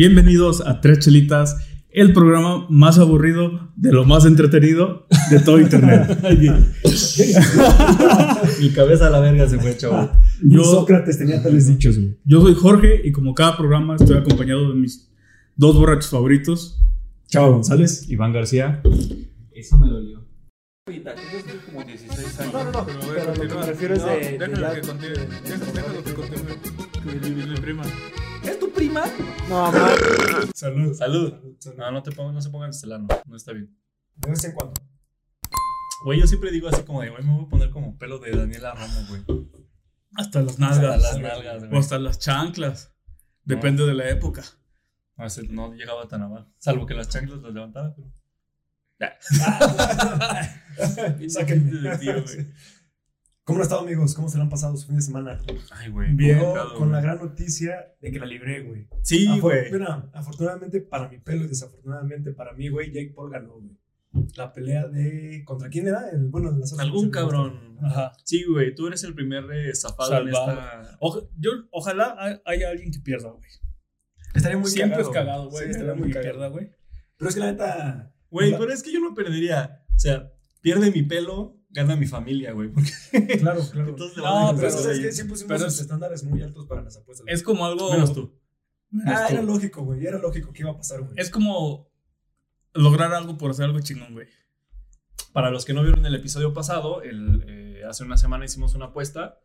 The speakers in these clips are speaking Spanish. Bienvenidos a Tres Chelitas, el programa más aburrido de lo más entretenido de todo Internet. Mi cabeza Pues a la verga se fue, chavo. Yo- Yo, Sócrates tenía tales dichos, güey. Yo soy Jorge y como cada programa estoy acompañado de mis dos borrachos favoritos. Chava González. Iván García. Eso me dolió. No, no, no, pero lo que me refiero es de... Déjalo que continúe, déjalo que ¿Es tu prima? No, ma, Salud. Salud. No, no te pongas, no se pongan celano. No está bien. De vez en cuando. Güey, yo siempre digo así como de, güey, me voy a poner como pelo de Daniela Romo, güey. Hasta las Hasta nalgas. las nalgas, O güey. hasta las chanclas. Depende de la época. No, se- no llegaba tan abajo. Salvo que las chanclas las levantaba, pero. Sáquenme. Tío, güey. ¿Cómo han estado, amigos? ¿Cómo se le han pasado su fin de semana? Ay, güey. Bien, Yo, complicado, con la Ah, güey. gran noticia de que la libré, güey. Sí, Afor- güey. Mira, afortunadamente para mi pelo y desafortunadamente para mí, güey, Jake Paul ganó, güey. La pelea de... ¿Contra quién era? El, bueno, de las otras Algún que se me cabrón. Ajá. Sí, güey. Tú eres el primer eh, zafado en Salvado. esta. ojalá hay- haya alguien que pierda, güey. gusta. Estaría muy Siempre cagado, es cagado, güey. Estaría Sí, estaría muy muy que cagado. pierda, güey. Pero es que la neta... Güey, pero es que yo no perdería. O sea, pierde mi pelo, gana mi familia, güey. Porque Claro, claro. entonces le No, van a pero empezar pero, eso es ahí. que sí pusimos pero unos es- estándares muy altos para las apuestas. Es como algo. Menos tú. menos ah, tú. era lógico, güey. Era lógico que iba a pasar, güey. Es como lograr algo por hacer algo chingón, güey. Para los que no vieron el episodio pasado, el, eh, hace una semana hicimos una apuesta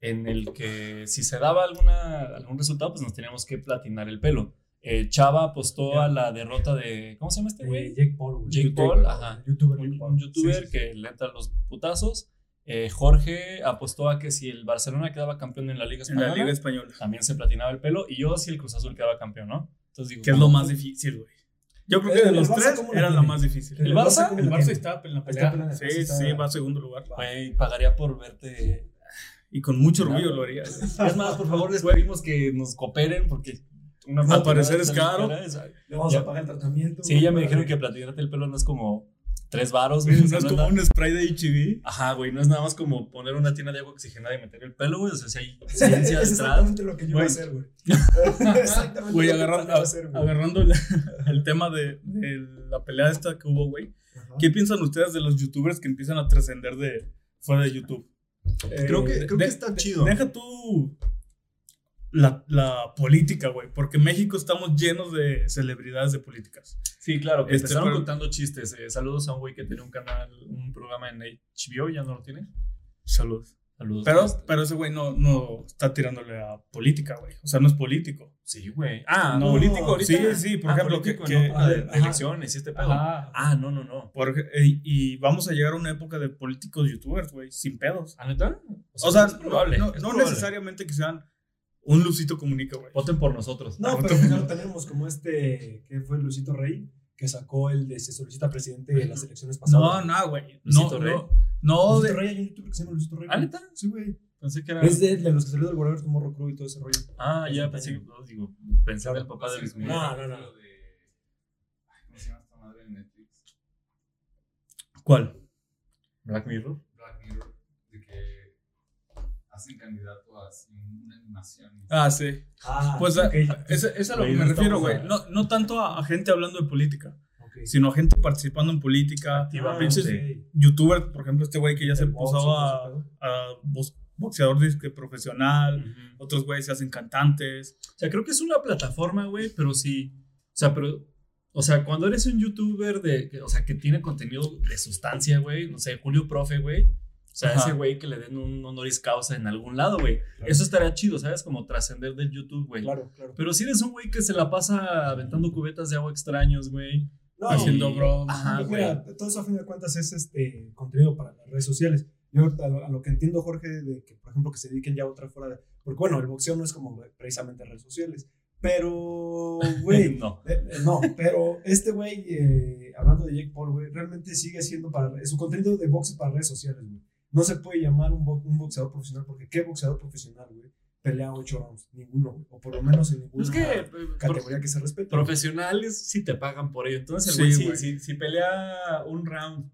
en el que si se daba alguna, algún resultado, pues nos teníamos que platinar el pelo. Eh, Chava apostó a la derrota de... ¿Cómo se llama este güey? Eh, Jake Paul, güey. Jake Youtuber, Paul, güey. ajá. Youtuber, un, Jake Paul. un youtuber Sí, sí, sí. que le entra los putazos. Eh, Jorge apostó a que si el Barcelona quedaba campeón en la Liga En Española, la Liga Española. también se platinaba el pelo. Y yo si el Cruz Azul quedaba campeón, ¿no? Entonces digo, Que es lo más difícil, güey. Yo creo que de Eh, El los Barça, tres ¿cómo la era la tiene? más difícil. El El Barça, Barça, ¿cómo el la Barça tiene? está en la Está pelea. en la- Sí, está- sí, va a segundo lugar. güey, pagaría por verte. Y con mucho orgullo lo haría. Es más, por favor, les pedimos que nos cooperen porque una Al platinada parecer es sale caro. cara, es- Le vamos Ya. a pagar el tratamiento. Sí, güey, ya me para dijeron ver. que platinarte el pelo no es como tres varos. güey, o Es sea, no es como nada- un spray de HB. Ajá, güey, no es nada más como poner una tina de agua oxigenada y meter el pelo, güey. O sea, si hay Sí, es ciencia detrás. exactamente lo que yo iba a Güey. hacer, güey. Exactamente. Güey, lo que agarra- planeaba hacer, güey. agarrando el, el tema de, de la pelea esta que hubo, güey. Ajá. ¿Qué piensan ustedes de los youtubers que empiezan a trascender de fuera de YouTube? Eh, Creo que, creo de- que está chido. Deja tú la, la política, güey, porque en México estamos llenos de celebridades de políticas. Sí, claro, que Este, empezaron pero- contando chistes. Eh, saludos a un güey que tiene un canal, un programa en HBO, ya no lo tiene. Salud. Saludos. Pero, este. pero ese güey no, no está tirándole a política, güey. O sea, no es político. Sí, güey. Ah, No, político ahorita. sí, sí, por ejemplo, que- político, que- en época de, ajá. de elecciones y este pedo. Ah, no, no, no. Por ej- y, y vamos a llegar a una época de políticos youtubers, güey, sin pedos. ¿Ah, neta? O sea, es no- probable, no, es no probable. necesariamente que sean un Lucito Comunica, güey. Voten por nosotros. No, pero ya lo tenemos como este, que fue Luisito Rey, que sacó el de se solicita presidente de las elecciones No, pasadas. no, güey. No, Luisito no, Rey. no, Luisito de- Rey, hay un youtuber que se llama Luisito Rey. ¿Ah, güey. neta? Sí, güey. Pensé que era. Es de, de los que salió del Border con Morro Crew y todo ese rollo. Ah, ya es- pensé que. no, digo, pensé en el papá de Luis Miguel. No, no, no. ¿Cómo se llama esta madre de Netflix? ¿Cuál? Black Mirror. Black Mirror de que hacen candidato a así una animación. Ah, sí. Ah, Pues a- ok. esa, esa es a lo Güey, que me no refiero, estamos güey. a- No, no tanto a, a gente hablando de política, Ok. sino a gente participando en política. Ah, pinches- ok. Youtubers, por ejemplo, este güey que ya se El box, posaba todo ese pedo. a box- boxeador disque profesional, Ujú. otros güeyes se hacen cantantes. O sea, creo que es una plataforma, güey, pero sí. O sea, pero. O sea, cuando eres un youtuber de, que- o sea, que tiene contenido de sustancia, güey. No sé, Julio Profe, güey. O sea, Ajá. ese güey que le den un honoris causa en algún lado, güey. Claro. Eso estaría chido, ¿sabes? Como trascender del YouTube, güey. Claro, claro. Pero si eres un güey que se la pasa aventando cubetas de agua extraños, güey. No, haciendo y- bro. Ajá, pues güey. mira, todo eso a fin de cuentas es este contenido para las redes sociales. Yo ahorita a lo, a lo que entiendo, Jorge, de que, por ejemplo, que se dediquen ya a otra fuera de. Porque bueno, el boxeo no es como precisamente redes sociales. Pero, güey. No. eh, eh, no, pero este güey, eh, hablando de Jake Paul, güey, realmente sigue siendo para. Su contenido de box es para redes sociales, güey. No se puede llamar un, bo- un boxeador profesional, porque ¿qué boxeador profesional, güey? Pelea ocho rounds. Ninguno, güey. O por lo menos en ninguna Es que eh, categoría que se respete. güey. profesionales sí te pagan por ello. Entonces, Sí, el güey. güey, si, si, si pelea un round,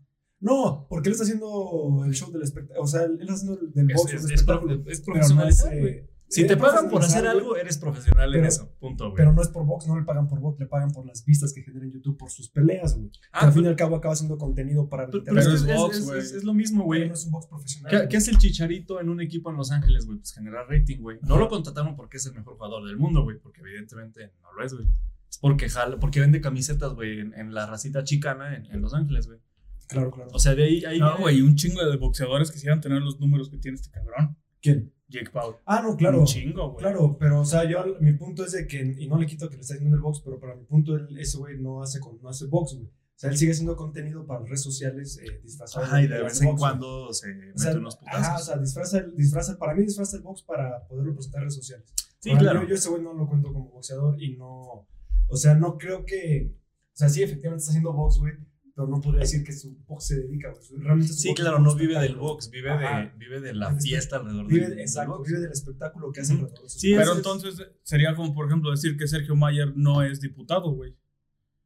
No, porque él está haciendo el show del espectáculo. O sea, él está haciendo el del es, box. es, del es, espectáculo, profe- pero no es es, profesionalizar, güey. eh, Si te Eh, pagan entonces, por hacer pensar, algo, eres profesional en Pero- eso. Punto, güey. Pero no es por box, no le pagan por box, le pagan por las vistas que genera en YouTube por sus peleas, güey. Que Ah, al fin y pero- al cabo acaba siendo contenido para el pero- internet. pero es es, que es- box, es- güey. es- es lo mismo, Pero güey. no es un box profesional. ¿Qué, güey. qué hace el chicharito en un equipo en Los Ángeles, güey? Pues generar rating, güey. No lo contrataron porque es el mejor jugador del mundo, güey. Porque evidentemente no lo es, güey. Es porque, jala, porque vende camisetas, güey, en, en la racita chicana en, en Los Ángeles, güey. Claro, claro. O sea, de ahí. ahí No, güey, un chingo de boxeadores quisieran tener los números que tiene este cabrón. ¿Quién? Jake Paul. Ah, no, claro. Un chingo, güey. Claro, pero o sea, yo al- mi punto es de que, y no le quito que le está haciendo el box, pero para mi punto él, ese güey no hace, con- no hace box, güey. O sea, él sigue haciendo contenido para redes sociales eh, disfrazado. Ajá, y de hacer vez en box, güey. cuando se mete O sea, unos putazos. ajá, o sea, disfraza, el- disfraza, para mí disfraza el box para poderlo presentar en redes sociales. sí, Ahora, claro. Yo, yo ese güey no lo cuento como boxeador y no, o sea, no creo que, o sea, sí, efectivamente está haciendo box, güey, pero no podría decir que su box se dedica, güey. Su- Realmente su sí, box claro, es un no vive del espectáculo. box, vive, de, Ajá. vive de la Vive- fiesta alrededor Vive, del, del exacto, box. vive del espectáculo que hace Ujú. alrededor de su Sí, Pero es- entonces eh, sería como, por ejemplo, decir que Sergio Mayer no es diputado, güey.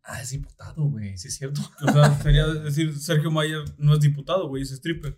Ah, es diputado, güey, sí es cierto. O sea, sería decir Sergio Mayer no es diputado, güey, es stripper.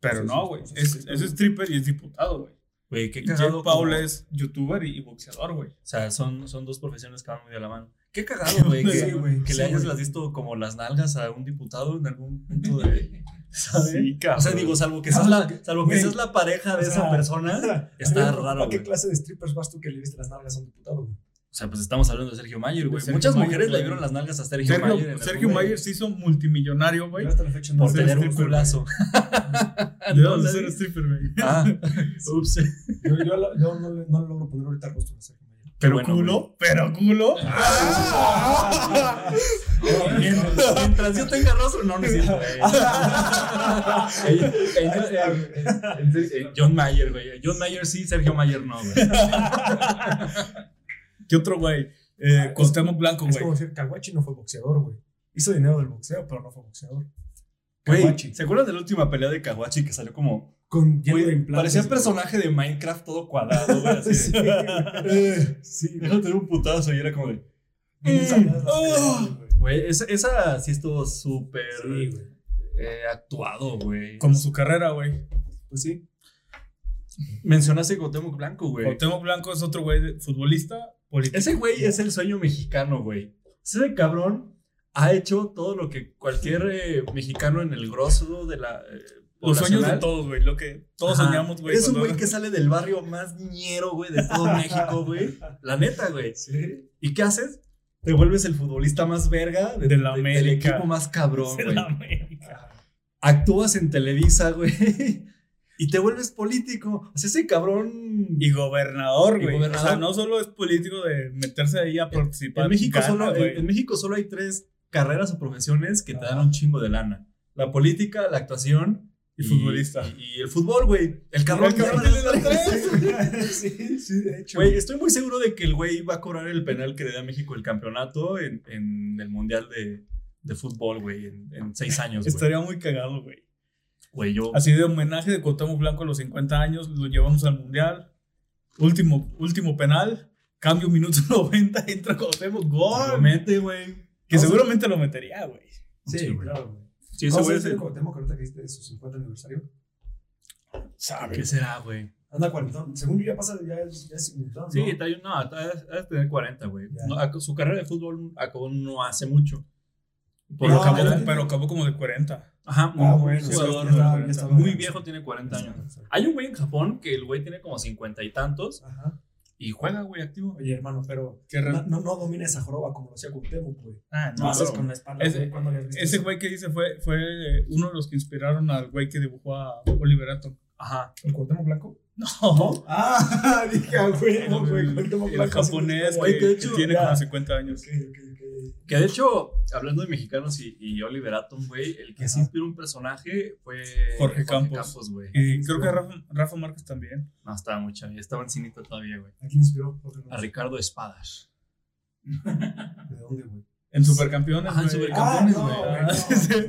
Pero Sí, no, sí, güey. sí, Es, sí, sí. es stripper y es diputado, güey. Güey, qué Y Jake cagado. Paul como- es youtuber y, y boxeador, güey. O sea, son, son dos profesiones que van muy de la mano. Qué cagado, güey, Sí, que, güey, que sí, le hayas güey. las visto como las nalgas a un diputado en algún punto de... ¿sabes? o sea, digo, salvo que seas la, salvo que Güey. seas la pareja O de esa sea, persona. Está A mí me raro, preocupa ¿Qué güey. clase de strippers vas tú que le viste las nalgas a un diputado, güey? O sea, pues estamos hablando de Sergio Mayer, güey. Sergio Muchas Mayer, mujeres le güey. vieron las nalgas a Sergio, Mayer. en Sergio, algún Sergio momento. Mayer se hizo multimillonario, güey. Yo hasta la fecha no Por sé. tener un stripper, culazo. Le No, damos de ser nadie. stripper, güey. Ah, ups. Yo, yo la- yo no, le- no le logro poner ahorita rostro a Sergio Mayer. Pero bueno, culo, güey. pero culo. Ah, Mientras, mientras yo tenga rostro, no necesito. John Mayer, güey. John Mayer sí, Sergio Mayer no, güey. ¿Qué otro, güey? Eh, es- Cuauhtémoc Blanco, Es güey. como decir, Kawachi no fue boxeador, güey. Hizo dinero del boxeo, pero no fue boxeador. Güey, Kawachi. ¿se acuerdan de la última pelea de Kawachi que salió como Con lleno de Güey, implantes. parecía güey. personaje de Minecraft todo cuadrado, güey. Así Sí, de, güey. sí, güey. déjame tener un putazo y era como de. Bien sacadas las Oh. peleas, güey. Güey, esa, esa sí estuvo súper Sí, güey. eh, actuado, güey. Como su carrera, güey. Pues sí. Mencionaste Cuauhtémoc Blanco, güey. Cuauhtémoc Blanco es otro güey de- futbolista, político. Ese güey es el sueño mexicano, güey. Ese cabrón ha hecho todo lo que cualquier eh, mexicano en el grosso de la. eh, Los sueños de poblacional- todos, güey. Lo que todos Ajá. soñamos, güey. Es un cuando- güey que sale del barrio más ñero, güey, de todo México, güey. La neta, güey. ¿Y qué haces? Te vuelves el futbolista más verga de, De la del América. equipo más cabrón, Se güey. la América. Actúas en Televisa, güey. Y te vuelves político. O sea, ese cabrón. Y gobernador, Y güey. O gobernador. sea, no solo es político de meterse ahí a participar. en, México gana, solo, en, güey. en México solo hay tres carreras o profesiones que te dan un chingo de lana: la política, la actuación Y futbolista. Y, y el fútbol, güey. El cabrón, El cabrón tiene tiene las tres. sí, sí, de hecho. Güey, estoy muy seguro de que el güey va a cobrar el penal que le da a México el campeonato en, en el Mundial de, de Fútbol, güey, en, en seis años. güey. Estaría muy cagado, güey. Güey, yo. Así de homenaje de Cuauhtémoc Blanco a los 50 años, lo llevamos al mundial. Último, último penal, cambio minuto 90, entra Cuauhtémoc, Lo gol. mete, güey. Que seguramente lo metería, güey. Sí, Sí, güey. claro, güey. Sí, Vamos a ese güey decir es- el Cuauhtémoc ahorita que hiciste de su 50 aniversario. ¿Qué será, güey? Anda cuarentón. Según yo ya pasa, ya es, ya es cincuentón, Sí, ¿no? está bien. No, está- ha de tener 40, güey. Ya. No, ac- su carrera de fútbol acabó no hace mucho. Por Pero, lo No, acabó, general- ya- pero acabó como de 40. Ajá, un Ah, bueno, sí, jugador ya está- ya está muy bueno. viejo tiene 40 años. Exacto. Hay un güey en Japón que el güey tiene como 50 y tantos Ajá. y juega, güey, activo. Oye, hermano, pero Qué re- No, no, no domina esa joroba como lo hacía Cuauhtémoc, güey. Ah, No, no, haces claro. con la espalda. Ese- güey, ¿cuándo le has visto Ese eso? güey que dice fue, fue eh, uno de los que inspiraron al güey que dibujó a Oliverato. Ajá. ¿El Cuauhtémoc Blanco? No, Ah, dije, ah, güey, no, güey. Cuauhtémoc el Blanco. japonés, Güey, güey, que de que hecho, tiene ya. como 50 años. Ok, ok, ok. Que de hecho, hablando de mexicanos y, y Oliver Atom, güey, el que sí inspiró un personaje fue Jorge Campos. güey. Y creo que Rafa, Rafa Márquez también. No, estaba mucho, estaba en cinito todavía, güey. ¿A quién inspiró? Jorge A Ramos. Ricardo Espadas. ¿De dónde, güey? Ah, En Supercampeones. Ajá, en güey. Ah, Supercampeones. Campeones,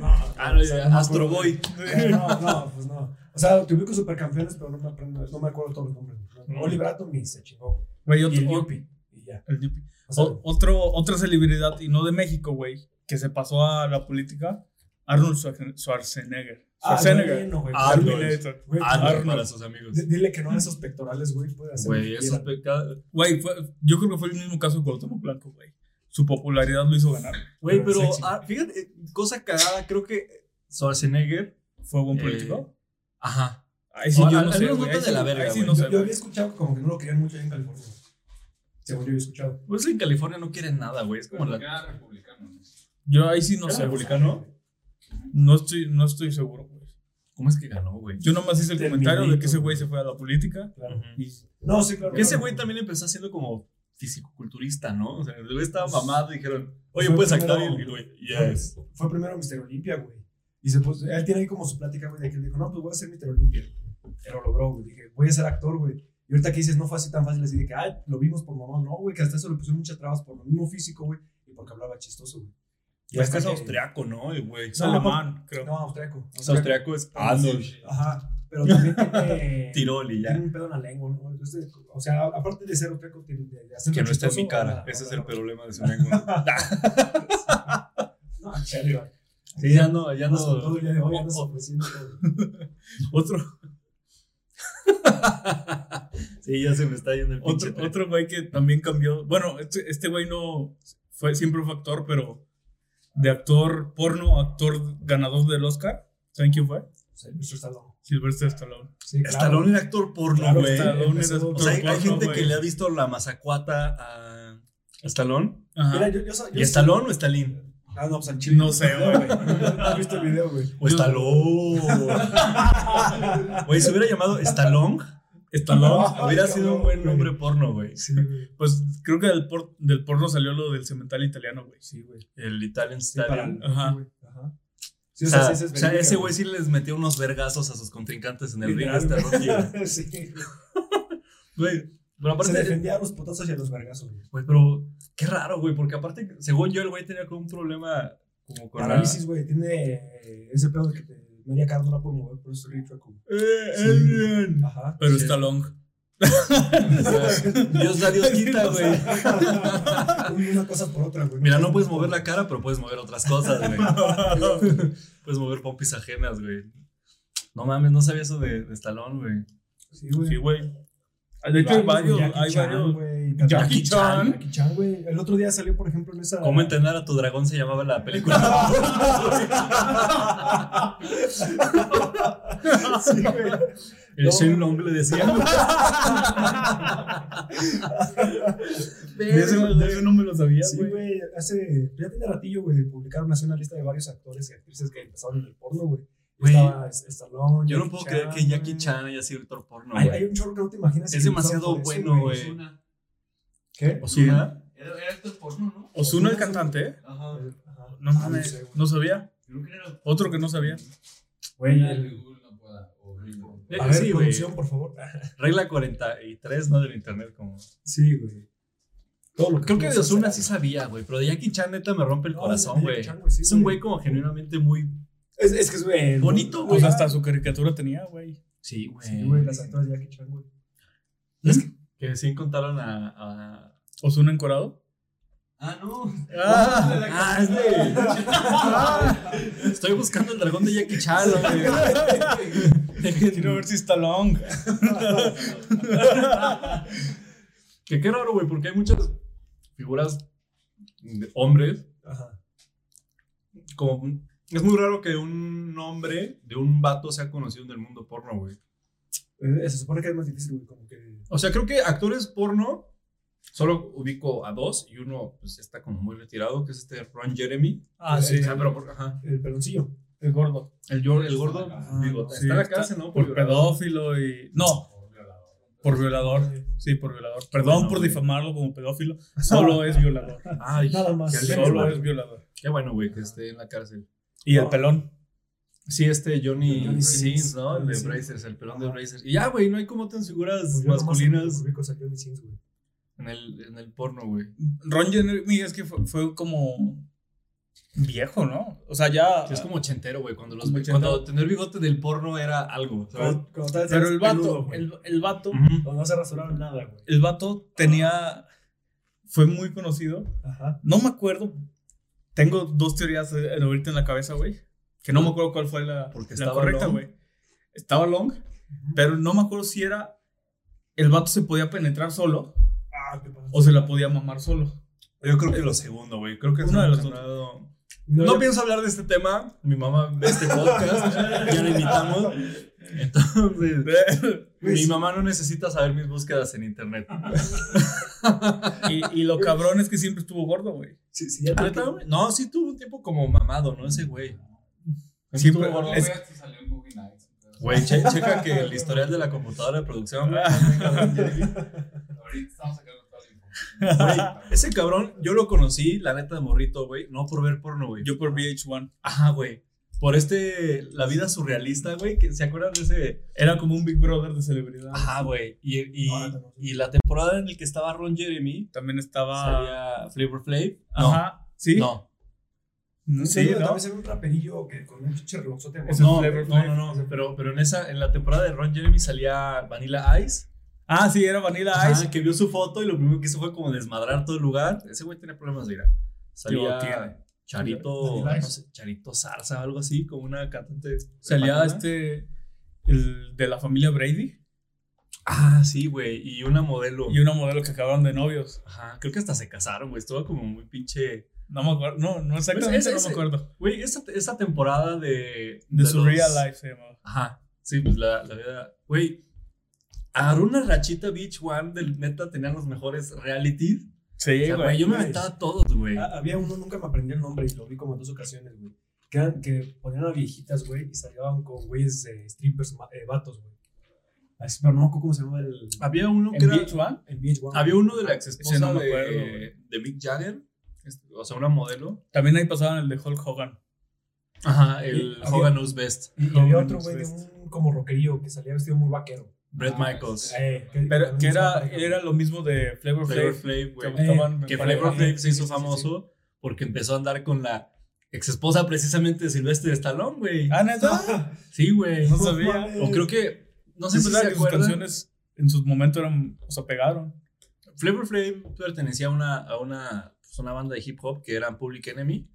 no, güey. güey. No, no, Ah, no, o sea, no me Astro acuerdo. Boy. Eh, No, no, pues no. O sea, te ubico supercampeones, pero no me, aprendo, no me acuerdo todos los nombres. güey. Mm. Oliver Atom se chingó. Güey, güey. Y el otro- Yupi. Oh, Y ya. el Yupi. O sea, O- otro, otra celebridad, y no de México, güey, que se pasó a la política, Arnold Schwarzen- Schwarzenegger. Schwarzenegger. bueno, güey. Ah, oh, Arnold. Terminator. Güey, Arnold Arnold. para sus amigos. d- Dile que no a esos pectorales, güey. Puede hacer. lo Güey, que esos quiera. pecados. Güey, fue- yo creo que fue el mismo caso de Cuauhtémoc Blanco, güey. Su popularidad lo hizo ganar. Güey, Pero pero sexy. ah, fíjate, eh, cosa cagada, creo que Schwarzenegger. Fue buen eh, político. Ajá. Ahí sí, o yo al- no al sé. menos güey. no Ahí te de la sí- verga, ahí sí güey. no yo, sé. yo güey. había escuchado que como que no lo querían mucho ahí en California. Según yo había escuchado. Pues en California no quieren nada, güey. Es como Como la. era republicano, ¿no? Yo ahí sí no sé. güey. republicano? No estoy, no estoy seguro, güey. ¿Cómo es que ganó, güey? Yo nomás hice el Terminator. comentario de que ese güey se fue a la política. Claro. Ujú. Y No, sí, claro. Que ese claro. güey también empezó siendo como fisicoculturista, ¿no? O sea, el güey estaba Pues- mamado y dijeron, oye, Fue puedes primero- actar y el güey, yes. Fue primero Mister Olimpia, güey. Y se puso, él tiene ahí como su plática, güey, de que él dijo, no, pues voy a ser Mister Olimpia. Pero lo logró, güey. Dije, voy a ser actor, güey. Y ahorita que dices, no fue así tan fácil, así de que, ah, lo vimos por mamá. No, güey, que hasta eso le pusieron muchas trabas por lo mismo físico, güey. Y porque hablaba chistoso, güey. Y Pues es que es hasta que- austriaco, ¿no? El güey. es alemán, creo. No, austriaco. Ah, Es austriaco, es Adolf, Ajá. Pero también tiene, Tirol y tiene ya. un pedo en la lengua, ¿no? Entonces, o sea, aparte de ser austriaco, tiene- de, de hacer Que no está en mi cara. Ese es el problema de su lengua. No, en serio. Sí, ya no, ya Ya no. nos contó el día de hoy, ya nos Oh, ofreció todo. Otro, oh. Sí, ya se me está yendo el pinche. otro, tren. otro güey que también cambió. Bueno, este, este güey no fue siempre un actor, pero de actor porno, actor ganador del Oscar. ¿Saben quién fue? O sea, Mr. Stallone. Sylvester Stallone. Sí, claro. Stallone era actor porno, Claro, güey. Stallone era empezó- actor Eh, O sea, hay, hay porno, gente que güey. le ha visto la mazacuata a a Stallone. Ajá. Mira, yo, yo, yo, ¿Y Stallone o Stalin? Ah, no, pues al chile. No sé, güey. No has visto el video, güey. O Yo- Stallone. Güey, se hubiera llamado Stallone. Stallone. Ay, Hubiera sido cabrón, un buen güey. nombre porno, güey. Sí, güey. Pues creo que del, por- del porno salió lo del cemental italiano, güey. Sí, güey. El Italian Sí, para Stallion. el- Ajá. sí, güey. Ajá. Sí, O sea, sí, o ese es sea, verídico, ese güey sí les metió unos vergazos a sus contrincantes en el ring Literal, hasta Rocky. güey. Sí. Güey, Se pero aparte. defendía a los potazos y a los vergazos, güey. Güey, pero qué raro, güey, porque aparte, según yo, el güey tenía como un problema como con la- Parálisis, güey. Tiene eh, ese pedo de que te- media cara no la puede mover, por eso le dicho como. ¡Eh, Sí. alien! Ajá. Pero Sí. Stallone. Dios da Dios quita, güey. Una cosa por otra, güey. Mira, no puedes mover la cara, pero puedes mover otras cosas, güey. puedes mover pompis ajenas, güey. No mames, no sabía eso de, de Stallone, güey. Sí, güey. Sí, güey. Ah, De hecho, hay varios. Jackie Hay Chan, varios. güey, Jackie Chan. Jackie Chan, güey. El otro día salió, por ejemplo, en esa. ¿Cómo entrenar a tu dragón se llamaba la película? Sí, güey. El Shenlong le decía. De ese, de ese no me lo sabía, Sí, güey. güey. Hace. Ya tiene ratillo, güey. Publicaron hace una lista de varios actores y actrices que empezaron en el porno, güey. Güey, Estaba Stallone. Yo no Jackie puedo Chan, creer que Jackie güey. Chan haya sido actor porno, Hay, hay güey. un chorro que no te imaginas. Es que demasiado empezaron por eso, bueno, güey. Ozuna. ¿Qué? Ozuna. Era, era actor porno, ¿no? Ozuna, el cantante. ¿eh? Ajá. Ajá. No Ah, mames. sé, güey. No sabía. Creo que era. Otro que no sabía. Güey, Era el- Google no pueda, o Google. Eh, A ver, sí, güey. producción, por favor. Eh, Regla 43, no del internet, como. Sí, güey. Todo lo Creo que de puedes Ozuna hacer. sí sabía, güey. Pero de Jackie Chan, neta, me rompe el No, corazón, de Jackie güey. Chan, güey, sí, Es un güey. güey como genuinamente muy. Es, es que es, güey. Bonito, güey. Pues hasta su caricatura tenía, güey. Sí, Sí, güey, las actores de Jackie Chan, güey. Que sí encontraron a. a- Ozuna encorado. Ah, no. Ah, es de- Estoy buscando el dragón de Jackie Chan, güey. Quiero ver si Stallone. Que qué raro, güey, porque hay muchas figuras de hombres. Ajá. Como, un- es muy raro que un hombre de un vato sea conocido en el mundo porno, güey. Eh, Se supone que es más difícil, güey, como que. O sea, creo que actores porno solo ubico a dos y uno pues ya está como muy retirado, que es este Ron Jeremy. Ah, sí. O sea, pero por- ajá. El peloncillo. El gordo. El, yor- el gordo, Ah, digo, sí, está en la cárcel, ¿no? Por violador. pedófilo y. No, por violador. Sí, por violador. Perdón Bueno, por güey. difamarlo como pedófilo. Solo es violador. Ay, Nada más. qué alivio, Solo güey. es violador. Qué bueno, güey, que esté en la cárcel. Y el No. pelón. Sí, este Johnny, Johnny Sins, Sins, ¿no? El Johnny de Sins. Brazers, el pelón de Ajá. Brazers. Y ya, güey, no hay como tan figuras Yo nomás masculinas ubico a Johnny Sins, güey. en el, en el porno, güey. Ron Jeremy es que fue, fue como. Viejo, ¿no? O sea, ya. Que Es Ah. como ochentero, güey, cuando, los, Como vi- ochentero. cuando tener bigote del porno era algo, ¿sabes? Cuando- cuando tal vez Pero eres el peludo, vato. güey. El, el vato. Ujú. Cuando no se rasuraron nada, güey. El vato tenía. Fue muy conocido. Ajá. No me acuerdo. Tengo dos teorías eh, ahorita en la cabeza, güey. Que no me acuerdo cuál fue la, Porque la estaba correcta, long. güey. Estaba long, pero no me acuerdo si era. El vato se podía penetrar solo Ah, qué padre. o se la podía mamar solo. Yo creo que lo segundo, güey. Creo que es Uno de un los candidato- No, No ya- pienso hablar de este tema. Mi mamá ve este podcast. ya lo invitamos. Entonces, Pues mi mamá no necesita saber mis búsquedas en internet. Ah, y, y lo cabrón es que siempre estuvo gordo, güey. Sí, sí, ya te- Neta, güey. No, sí tuvo un tiempo como mamado, ¿no? Ese güey. Siempre- Estuvo gordo. es- salió en Boogie Nights. entonces, Güey, che- checa que el historial de la computadora de producción. güey. Ahorita estamos sacando toda la Güey, información. ese cabrón, yo lo conocí, la neta de morrito, güey. No por ver porno, güey. Yo por VH1. Ajá, güey. Por este, la vida surrealista, güey. que- ¿Se acuerdan de ese? Era como un Big Brother de celebridad. Ajá, güey. Y, y, Ahora te lo- y la temporada en la que estaba Ron Jeremy, También estaba. salía Flavor Flav. No, Ajá. Ah. ¿Sí? no, No, Sí, Sí, no, ¿no? también se ve un raperillo que con un pinche relojote. Ese es no, Flavor no, Flav. no, no, Pero, pero en, esa, en la temporada de Ron Jeremy salía Vanilla Ice. Ah, sí, era Vanilla Ajá, Ice. que vio su foto y lo primero que hizo fue como desmadrar todo el lugar. Ese güey tiene problemas de ira. Lo tiene. Salía Charito, Vanilla Ice. no sé, Charito Zarza, algo así, como una cantante. Salía española. este. El de la familia Brady. Ah, sí, güey. Y una modelo. Y una modelo que acabaron de novios. Ajá, creo que hasta se casaron, güey. Estuvo como muy pinche. No me acuerdo. No, no exactamente Pues ese- no me ese- acuerdo. Güey, esa, esa temporada de. De de su los- real life se llamaba. Ajá. Sí, pues la, la vida. Güey, agarró una rachita Beach One del neta tenían los mejores realities. O Sí, sea, güey, yo me aventaba todos, güey. Ah, Había uno, nunca me aprendí el nombre y lo vi como en dos ocasiones, güey. Que, eran- que ponían a viejitas, güey, y salían con güeyes eh, strippers, ma- eh, vatos, güey. Así, pero no me acuerdo cómo se llamaba el, Había uno que ¿En era. VH1? el VH1. Había uno de la ex Ese esposa no me de, acuerdo, güey. de Mick Jagger. este, O sea, una modelo. También ahí pasaban el de Hulk Hogan. Ajá, el Y había- Hogan Knows Best. Y, y había Hogan otro, güey, de Fest. un como rockerío que salía vestido muy vaquero. Bret Ah, Michaels. sí. Eh, Pero que también estaba era, pareja, era lo mismo de Flavor Flavor Flav. Flav, Que güey. buscaban Que pareja. Flavor Flav se Sí, hizo sí, sí, famoso porque empezó a andar con la ex esposa precisamente de Sylvester Stallone, güey. Ah, neta. Sí, güey. No sabía. O creo que, no sé Es si verdad se que sus acuerdan, canciones en sus momentos eran. O sea, pegaron. Flavor Flav pertenecía a una, a una, pues, una banda de hip hop que eran Public Enemy.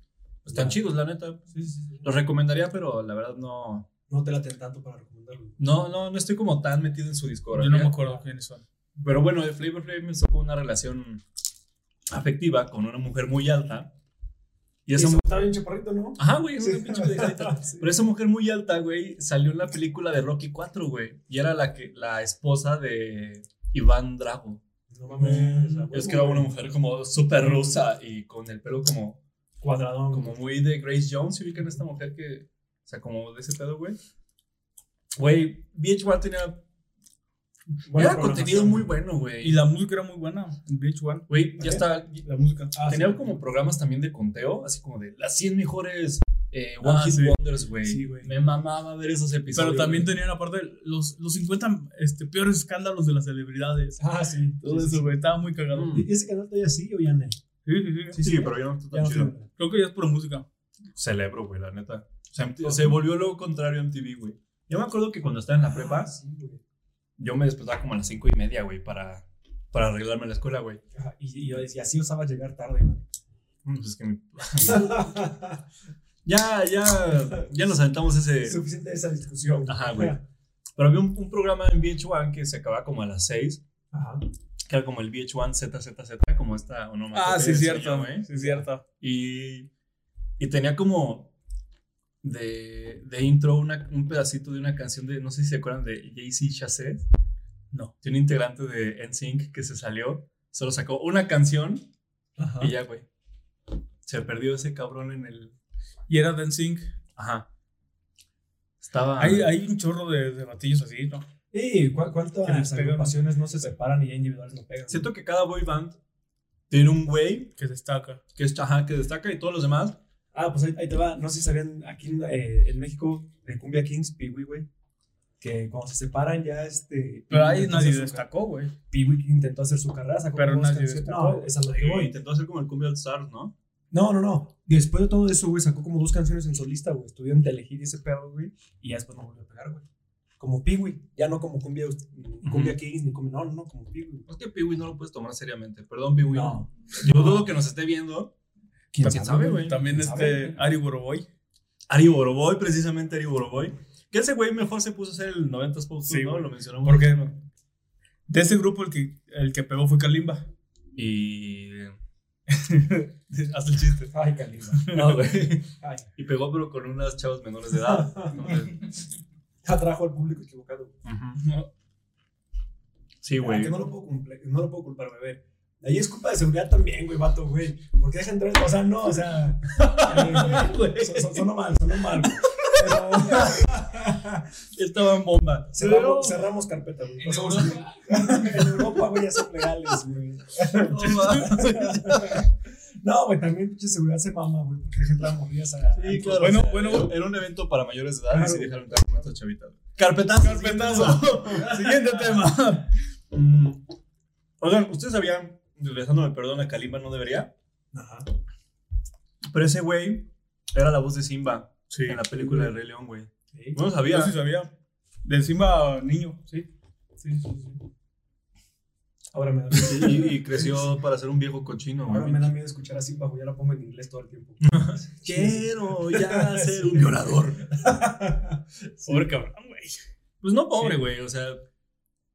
Están Ya. chidos, la neta. Sí, sí, sí. Los recomendaría, pero la verdad no, No te laten tanto para recomendarlo. no, no, no estoy como tan metido en su Yo discografía. no me acuerdo quiénes son. Pero bueno, de Flavor Flav me tocó una relación afectiva con una mujer muy alta. Y esa Eso mujer... Estaba bien chaparrito, ¿no? Ajá, güey, es Sí. una pinche pendejadita. Sí. Pero esa mujer muy alta, güey, salió en la película de Rocky 4, güey. Y era la, que, la esposa de Iván Drago. No mames. a Es huevo, que era una güey. mujer como súper rusa y con el pelo como, Cuadradón. como muy de Grace Jones. ¿Se ubican esta mujer que se acomodó de ese pedo, güey? Güey, VH1 tenía. Buena era contenido programación. muy bueno, Y güey. la música era muy buena. En VH1. Güey, ya está. La música. Ah, Tenía sí. como programas también de conteo, así como de las 100 mejores eh, One Ah, Hit sí. Wonders, güey. Sí, güey. Me mamaba ver esos episodios. Pero también güey. tenían aparte los, los 50 este, peores escándalos de las celebridades. Ah, sí. Todo Sí, sí, eso, güey. Estaba muy cagado. Mm. ¿Y ese canal todavía sigue o ya no? Sí, sí, sí. Sí, pero yo no estoy Ya tan no chido. sé. Creo que ya es pura música. Celebro, güey, la neta. O sea, MT- se volvió lo contrario a MTV, güey. Yo me acuerdo que cuando estaba en la prepa, Ah, sí, güey. yo me despertaba como a las cinco y media, güey, para, para arreglarme a la escuela, güey. Ajá, Y, y- y así osaba llegar tarde, güey. Mm, Pues es que mi- ya, ya, ya nos aventamos ese. Suficiente de esa discusión. Ajá, güey. Pero había un, un programa en VH1 que se acababa como a las seis, Ajá. que era como el VH1 ZZZ, como esta onomatopeya Ah, sí, de es sueño, cierto. güey. Sí, es cierto. ¿eh? Y, y tenía como de, de intro una- un pedacito de una canción de, no sé si se acuerdan de Jay-Z Chazet. No. De un integrante de NSYNC que se salió, solo sacó una canción Ajá. y ya, güey. Se perdió ese cabrón en el. Y era Dancing. Ajá. Estaba. Hay, hay un chorro de, de batillos así, Ah. ¿no? ¿Y cu- Que les cuántas pegan. agrupaciones no se separan y ya individuales no pegan? Siento que cada boy band tiene un güey Que destaca. que, es, ajá, que destaca y todos los demás. Ah, pues ahí, ahí te va. No sé si sabían, aquí en, eh, en México, de Cumbia Kings, Piwi, güey. Que cuando se separan ya este. Pero ahí ahí nadie destacó, güey. Piwi intentó hacer su carrera, sacó Pero como dos nadie canciones. destacó. No, es a lo que Güey, voy. intentó hacer como el Cumbia All Stars, ¿no? No, no, no. Después de todo eso, güey, sacó como dos canciones en solista, güey. Estuvieron de elegir ese pedo, güey. Y ya después no volvió a pegar, güey. Como Piwi. Ya no como Cumbia, cumbia Kings, ni Cumbia. No, no, no, como Piwi. Es que Peewee no lo puedes tomar seriamente. Perdón, Peewee. No. Yo dudo que nos esté viendo. ¿Quién sabe, güey? También ¿Quién sabe, este güey? Ari Boroboy. Ari Boroboy, precisamente Ari Boroboy. Que ese güey mejor se puso a hacer el 90s Pop Tour, Sí, ¿no? güey. Lo mencionamos. Porque de ese grupo el que, el que pegó fue Kalimba. Y. Haz el chiste. Ay, Kalimba. No, güey. Ay, Y pegó, pero con unas chavas menores de edad. Entonces, atrajo al público equivocado. güey. Sí, güey. Aunque no lo puedo, cumple- no lo puedo culpar, bebé. Ahí es culpa de seguridad también, güey, vato, güey. Porque dejan entrar, o sea, no, o sea. eh, güey, so- so- sonó mal, sonó mal. güey. Pero Estaba en bomba. cerramos, cerramos carpeta, güey. No somos- en Europa, güey, ya son legales, güey. No, güey, también pinche seguridad se mama, güey, porque dejan entrar morrillas a. Sí, claro. Bueno, o sea, bueno. Era un evento para mayores de edad Claro. y sí dejaron entrar con estas chavitas. Carpetazo. Carpetazo. Siguiente tema. Mm. Oigan, ¿ustedes sabían, regresándome perdón a Kalimba, no debería? Ajá. Pero ese güey era la voz de Simba Sí. en la película de Rey León, güey. Sí. No lo Yo sabía. sí sabía. De encima niño, sí. Sí, sí, sí. Ahora me da miedo. Sí, Y, y creció para ser un viejo cochino, Ahora güey. me da miedo escuchar así bajo, ya la pongo en inglés todo el tiempo. Mm. Quiero ya ser un violador. Pobre cabrón, güey. Pues no pobre, Sí. güey. O sea,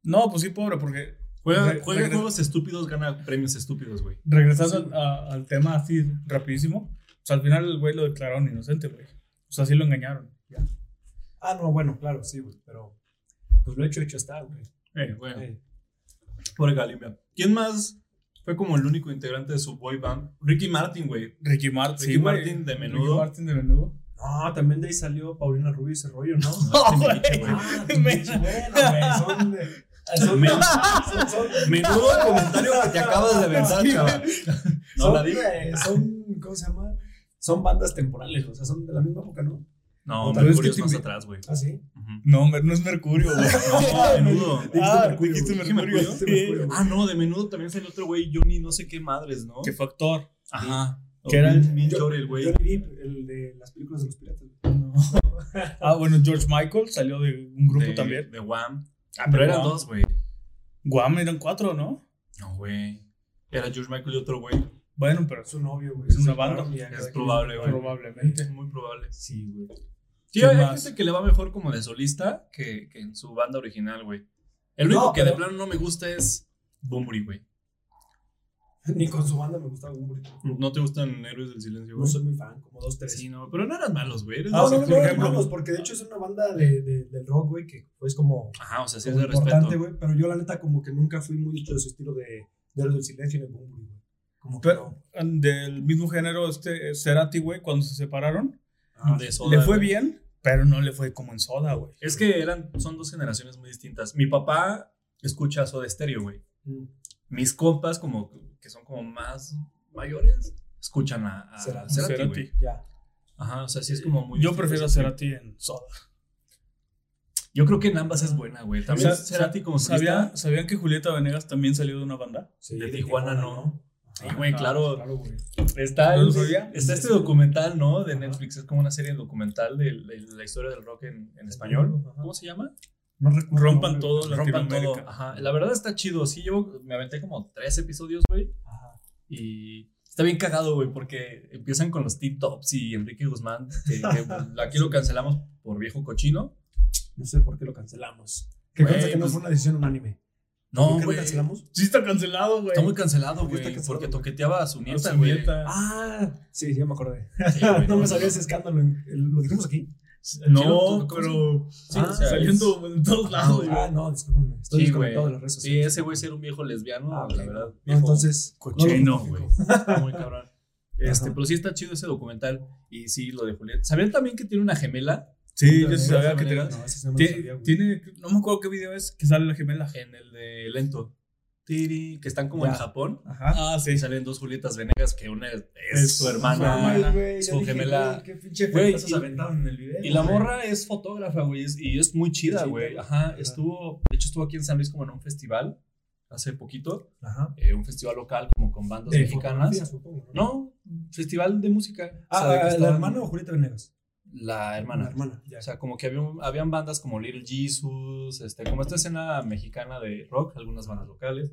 No, pues sí, pobre, porque juega, Re- juega regres- juegos estúpidos, gana premios estúpidos, güey. regresando a- al tema así rapidísimo, pues al final el güey lo declararon inocente, güey. O sea, sí lo engañaron. Ah, no, bueno, claro, sí, güey, pero. Pues lo hecho, hecho está, güey. Eh, Bueno. Eh, Pobre Galimbia. ¿Quién más fue como el único integrante de su boy band? Ricky Martin, güey. Ricky, Martin Ricky Martin de Menudo. Ricky Martin de menudo. No, también de ahí salió Paulina Rubio y ese rollo, ¿no? Este güey. biche, güey. Ah, también, bueno, güey, son de- son- Me- son- son- Menudo comentario que te acabas de aventar, chaval. No son, la digas. eh, son, ¿cómo se llama? Son bandas temporales, o sea, son de la misma época, ¿no? No, Tal vez Mercurio que te es más invi- atrás, güey. Ah, sí. Ujú. No, hombre, no es Mercurio, güey. No, menudo. Ah, Mercurio, dijiste güey. Mercurio. Dije Mercurio. Dijiste Mercurio, güey. Ah, no, de menudo también salió otro güey, Johnny, no sé qué madres, ¿no? Qué factor. Ajá. Que era el- bien chore el Ah, güey. Johnny Depp, el de las películas de los piratas. Ah, bueno, George Michael salió de un grupo de- también. De Wham. Ah, De pero eran Wham. dos, güey. Guam eran cuatro, ¿no? No, güey. Era George Michael y otro güey. Bueno, pero Es su novio, güey. Es una Se banda. separaron y ya Es cada probable, güey. probablemente. Muy probable. Sí, güey. Sí, ¿Quién hay más? gente que le va mejor como de solista que, que en su banda original, güey. El único No, que de pero- plano no me gusta es Bumburi, güey. Ni con su banda me gustaba un burrito. ¿No te gustan Héroes del Silencio, No Mm, güey? soy muy fan, como dos, tres. sí, no, pero no eran malos, güey. Eres No, Ah, o sea, no, no, por no, ejemplo- hermanos, porque de hecho es una banda de, de- del rock, güey, que es como, Ajá, o sea, sí es como de importante, respeto. güey. Pero yo, la neta, como que nunca fui muy mucho de su estilo de de Héroes del Silencio en el Boom, güey. Como que Pero- no. Del mismo género, este eh, Cerati, güey, cuando se separaron. Ah, de Soda, Le fue güey. bien, pero no le fue como en soda, güey. Es que eran, son dos generaciones muy distintas. Mi papá escucha Soda Stereo, güey. mm. Mis compas, como que son como más mayores, escuchan a, a Cerati. Eh, Cerati, Cerati. güey. Ya. Ajá, o sea, sí es como muy. Yo distinto prefiero a ese Cerati en soda. tipo. Yo creo que en ambas es buena, güey. También O sea, Cerati como solista. ¿Sabía- ¿Sabían que Julieta Venegas también salió de una banda? Sí, De Tijuana, no. Sí, güey, Ah, Ajá, claro. Claro, güey. Está, ¿No el- lo sabía? está este documental, ¿no? De Netflix. Es como una serie documental de, de la historia del rock en, en español. Ajá. ¿Cómo se llama? No recuerdo. Rompan güey. todo Rompan todo. Latinoamérica. Ajá. La verdad está chido. Sí, yo me aventé como tres episodios, güey. Ajá. Y está bien cagado, güey, porque empiezan con los Tip Tops y Enrique Guzmán. Que, que aquí lo cancelamos por viejo cochino. No sé por qué lo cancelamos. Que Güey, consta que no pues- fue una decisión unánime. ¿Por No, qué lo güey. Está cancelamos? Sí, está cancelado, güey. muy cancelado, ¿Por qué güey. está cancelado, Porque güey? toqueteaba a su A su nieta, güey. nieta. Ah, sí, ya me acordé. Sí, güey, no me sabía ese escándalo. ¿Lo dijimos aquí? No, ¿Cómo se- pero Sí, Ah, o sea, salió en tu- en todos lados, güey. Ah, no, discúlpenme. Estoy Sí, desconectado güey. de las redes Sí, sociales. ese güey sí era un viejo lesbiano, Ah, la ok. verdad. No, viejo entonces. cochino, no lo güey. justifico. Está muy cabrón. Este, Ajá. pero sí está chido ese documental. Y sí, lo de Julieta. ¿Sabían también que tiene una gemela? Sí, yo De sí sabía todas que tenía. maneras, No, ese sí no me lo sabía, Tiene, güey. tiene- no me acuerdo qué video es que sale la gemela. En el de Lento. Tiri, que están como Ya. en Japón. Ajá. Ah, sí. Y salen dos Julietas Venegas, que una es, es Es su su hermana. hermana. Ay, güey, yo su dije, gemela. güey, Qué pinche Güey, fetazos y- aventaron en el video. Y la güey. morra es fotógrafa, güey. es- Y es muy chida, Sí, güey. güey. Ajá. Ajá. Estuvo, de hecho, estuvo aquí en San Luis como en un festival hace poquito. Ajá. eh, un festival local como con bandas De fotografía, mexicanas. supongo, ¿no? No, festival de música. Ah, O sea, de que ah, ¿la estaban- hermana o Julieta Venegas? La hermana. La hermana, ya. O sea, como que había un- habían bandas como Little Jesus, este, como esta escena mexicana de rock, algunas bandas locales.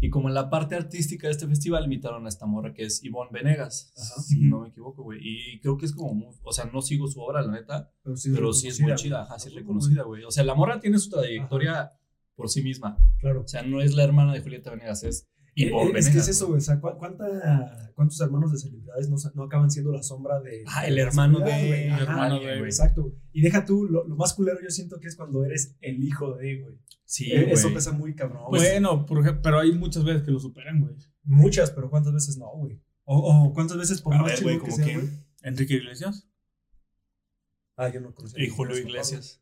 Y como en la parte artística de este festival invitaron a esta morra que es Ivonne Venegas, si no me equivoco, güey. Y creo que es como, muy- o sea, no sigo su obra, la neta, Pero sí, pero sí es muy chida, ajá, sí es reconocida, güey. O sea, la morra tiene su trayectoria por sí misma. Claro. O sea, no es la hermana de Julieta Venegas, es Eh, Ivonne eh, Venegas. es que es eso, güey. O sea, ¿cu- cuánta- ¿cuántos hermanos de celebridades no, sa- no acaban siendo la sombra de. Ah, el hermano de. la de- celebridad, güey? el Ajá, hermano güey, de, güey. Exacto. güey. Y deja tú, lo, lo más culero yo siento que es cuando eres el hijo de, güey. Sí, Eh, güey. Pues eso pesa muy cabrón. güey. bueno, por ej- pero hay muchas veces que lo superan, güey. Muchas, pero ¿cuántas veces no, güey? O, o ¿cuántas veces por A más ver, chido güey, que ¿como sea, quién? güey? Enrique Iglesias. Ah, yo no conocía. Y Julio Iglesias.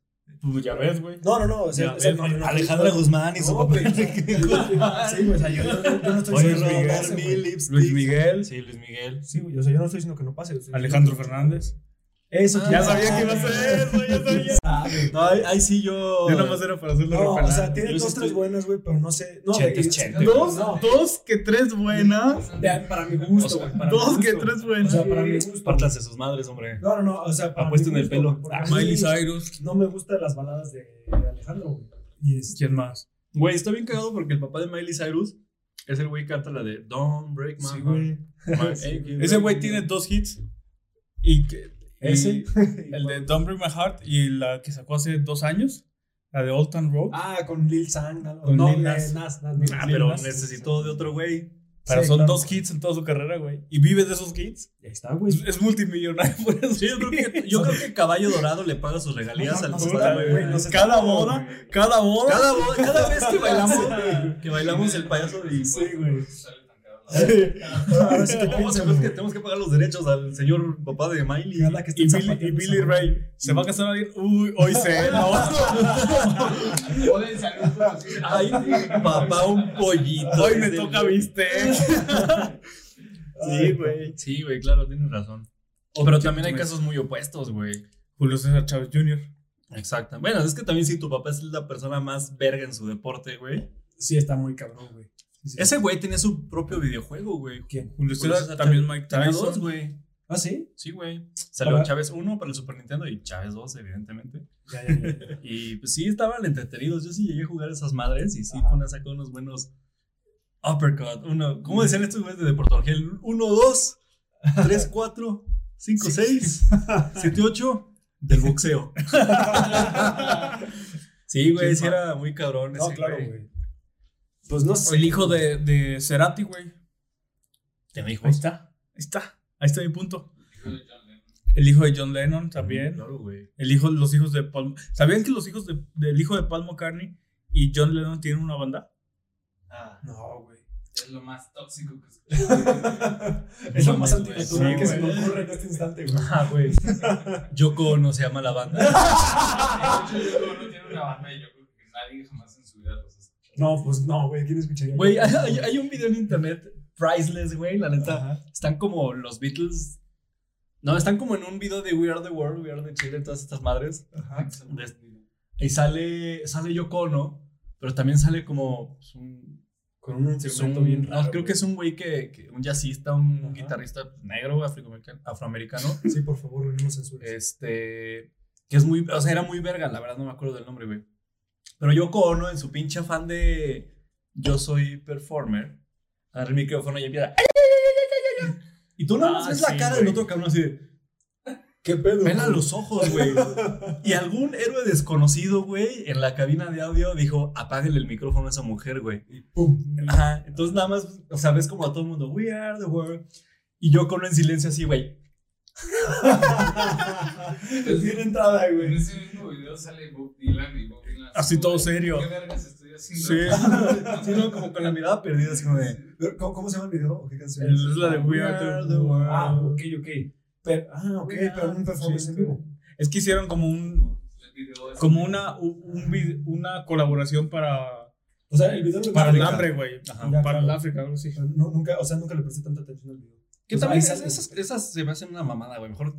Pues ya ves, güey. No, no, no. O sea, Ya o sea, ves, no, yo no- Alejandra Guzmán y su No, papá. güey, Sí, güey, o sea, yo, yo- yo no estoy Oye, diciendo que no Luis pase, güey. Miguel, Luis Lipstick. Miguel. Sí, Luis Miguel. Sí, güey, o sea, yo no estoy diciendo que no pase. estoy diciendo- Alejandro Fernández. Eso Ya sabía que iba a ser eso, ya sabía. No, ahí, ahí sí yo. Yo nomás era para hacerlo No, o reparar. sea, tiene Yo sí dos, tres estoy- buenas, güey, pero no sé. No, Chente güey, es es- chente, Dos, No, dos que tres buenas. de- para mi gusto, O sea, güey, para Dos mi que gusto. tres O buenas. sea, para mi gusto. Pártanse sus madres, hombre. No, no, no, o sea, para Apuesto mi en el gusto, pelo. güey, porque a mí Ah, Miley Cyrus. No me gustan las baladas de Alejandro, güey. Y es- ¿Quién más? Güey, está bien cagado porque el papá de Miley Cyrus es el güey que canta la de Don't Break My Sí, Heart. güey. My- Sí, Ey, güey. güey. Ese güey tiene dos hits. Y que- y Ese. El de Don't Break My Heart y la que sacó hace dos años. La de Old Town Road. Ah, con Lil Sang. No, Con no, Lil eh, Nas. Nas, Nas, Nas. Ah, Sí, pero más. necesitó de otro güey. Pero Sí, son claro. dos hits en toda su carrera, güey. Y vive de esos hits. Ahí está, güey. Es, es multimillonario por eso. Sí, yo creo que, yo creo que Caballo Dorado le paga sus regalías al No, papá, Puta, güey, güey. no sé. cada boda, cada boda. Cada, bo- cada vez que bailamos, Sí. que bailamos el payaso de. Sí, güey. Sale tan caro. Ahora sí que piensa, Vamos, tenemos que, güey. tenemos que pagar los derechos al señor papá de Miley. Cada que esté Y en Billy, y zapateando Billy esa madre. Ray. ¿Se va a casar alguien? Uy, hoy se. Pueden salir un conocido. Ay, papá, un pollito. Hoy me Desde toca el- viste. Ay, Sí, güey, claro, tienes razón. Pero también hay casos muy opuestos, güey. Julio César Chávez Jr. Exacto. Bueno, es que también si tu papá es la persona más verga en su deporte, güey. Sí, está muy cabrón, güey. Sí, sí. Ese güey tenía su propio videojuego, güey. ¿Quién? Julio Julio César César también Chávez. Mike Tenía dos, Tyson. güey. ¿Ah, sí? Sí, güey. Salió Para- Chávez 1 para el Super Nintendo y Chávez 2, evidentemente. Ya, ya, ya, ya. Y pues sí, estaban entretenidos. Yo sí llegué a jugar esas madres y sí, Ajá. una sacó unos buenos uppercut. Uno, ¿Cómo decían estos güeyes de Deportorgel? 1, 2, 3, 4, 5, 6, 7, 8 del boxeo. sí, güey, sí era muy cabrón. No, ese claro, güey. Pues no sé. El hijo de, de Cerati, güey. Tenía Ahí hijos. está. Ahí está. Ahí está mi punto. Hijo de John Lennon. El hijo de John Lennon también. Claro, güey. El hijo, los hijos de Paul. ¿Sabían que los hijos de- del hijo de Paul McCartney y John Lennon tienen una banda? Ah, No, güey. es lo más tóxico que escuché. Es lo más Mames, güey. antinatural Sí, que se me güey. ocurre en este instante, güey. Ah, güey. Yoko no se llama la banda. De hecho, yo no tiene una banda y yo creo que nadie jamás en su vida los ha escuchado. No, pues no, güey. ¿Quién escucharía? Güey, hay, hay un video en internet, priceless, güey, la neta. Ajá. Están como los Beatles. No, están como en un video de We Are the World, We Are the Children, todas estas madres. Ajá. Y sale, sale Yoko Ono, pero también sale como. pues, un- Con un es instrumento un- bien no, raro. Ah, creo que es un güey que, que- Un jazzista, un Ajá. guitarrista negro, afroamerican- afroamericano. güey. Sí, por favor, güey, no nos censures. este. Que es muy. O sea, era muy verga, la verdad no me acuerdo del nombre, güey. Pero Yoko Ono, en su pinche afán de. Yo soy performer. Agarra el micrófono y empieza. Y tú nada más Ah, ves sí, la cara güey. del otro cabrón así de. ¿Qué pedo? Vela güey? los ojos, güey. Y algún héroe desconocido, güey, en la cabina de audio dijo, apáguenle el micrófono a esa mujer, güey. Y pum. Ajá. Entonces nada más, o sea, ves como a todo el mundo, we are the world. Y yo con en silencio así, güey. Es bien entrada, En güey. ese mismo video sale Bob Dylan y Bob Dylan. Así todo serio. ¿Qué vergas estoy haciendo? Sí. Así, ¿no? como con la mirada perdida, así como de... Pero, ¿Cómo, cómo se llama el video? ¿O qué canción? El- es la de We Are the World. Ah, ok, ok. Pero, ah, ok, pero un performance en vivo. Es que hicieron como un. El video es- Como una, u- un vid- una colaboración para. O sea, el video no Para el explica. hambre, güey. Ajá. Para el África, algo así. Pero no- nunca, o sea, nunca le presté tanta atención al video. Que Pues también ahí sale. esas, esas se me hacen una mamada, güey. Mejor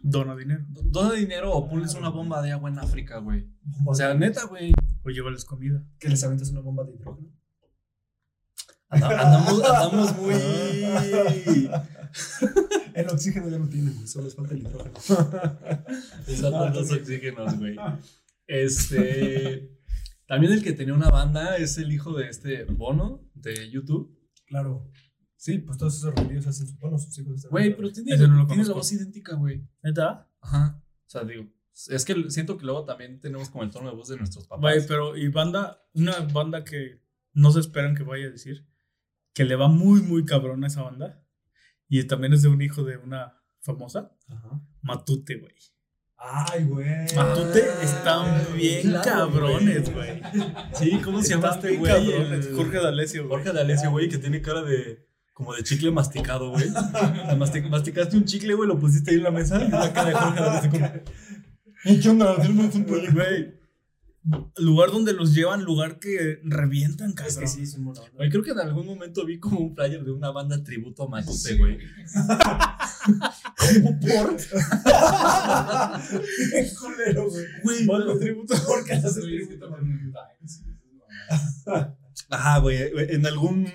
Dona dinero. dona dinero o ponles una bomba de agua en África, güey. Bomba O sea, de- neta, güey. O llévales comida. que les aventas una bomba de hidrógeno. Anda- Andamos, andamos muy... El oxígeno ya lo tienen, güey. Solo les falta el hidrógeno. Usa Ah, tantos oxígenos, güey. Este. También el que tenía una banda es el hijo de este Bono, de YouTube. Claro. Sí, pues todos esos reviews hacen su. Bueno, sus hijos están. Güey, pero tiene, Ese no lo tiene la conozco. voz idéntica, güey. ¿Neta? Ajá. O sea, digo, es que siento que luego también tenemos como el tono de voz de nuestros papás. Güey, pero y banda, una banda que no se esperan que vaya a decir, que le va muy, muy cabrón a esa banda. Y también es de un hijo de una famosa, Ajá. Matute, güey. Ay, güey. Matute Ah, están bien claro, cabrones, güey. Sí, ¿cómo se llama Están este bien güey? cabrones. El- Jorge D'Alessio, güey. Jorge D'Alessio, güey, que tiene cara de. Como de chicle masticado, güey. Mastic- masticaste un chicle, güey, lo pusiste ahí en la mesa. Y la cara de Jorge D'Alessio como. "Ey, ¿Qué onda? Tenemos un proyecto". Güey. Lugar donde los llevan, lugar que revientan, cabrón. Es que sí, es un mono. Güey, creo que en algún momento vi como un flyer de una banda tributo a Matute, güey. ¿Cómo por? Qué culero, güey. Güey. Los tributos porque las Ajá, güey. güey, En algún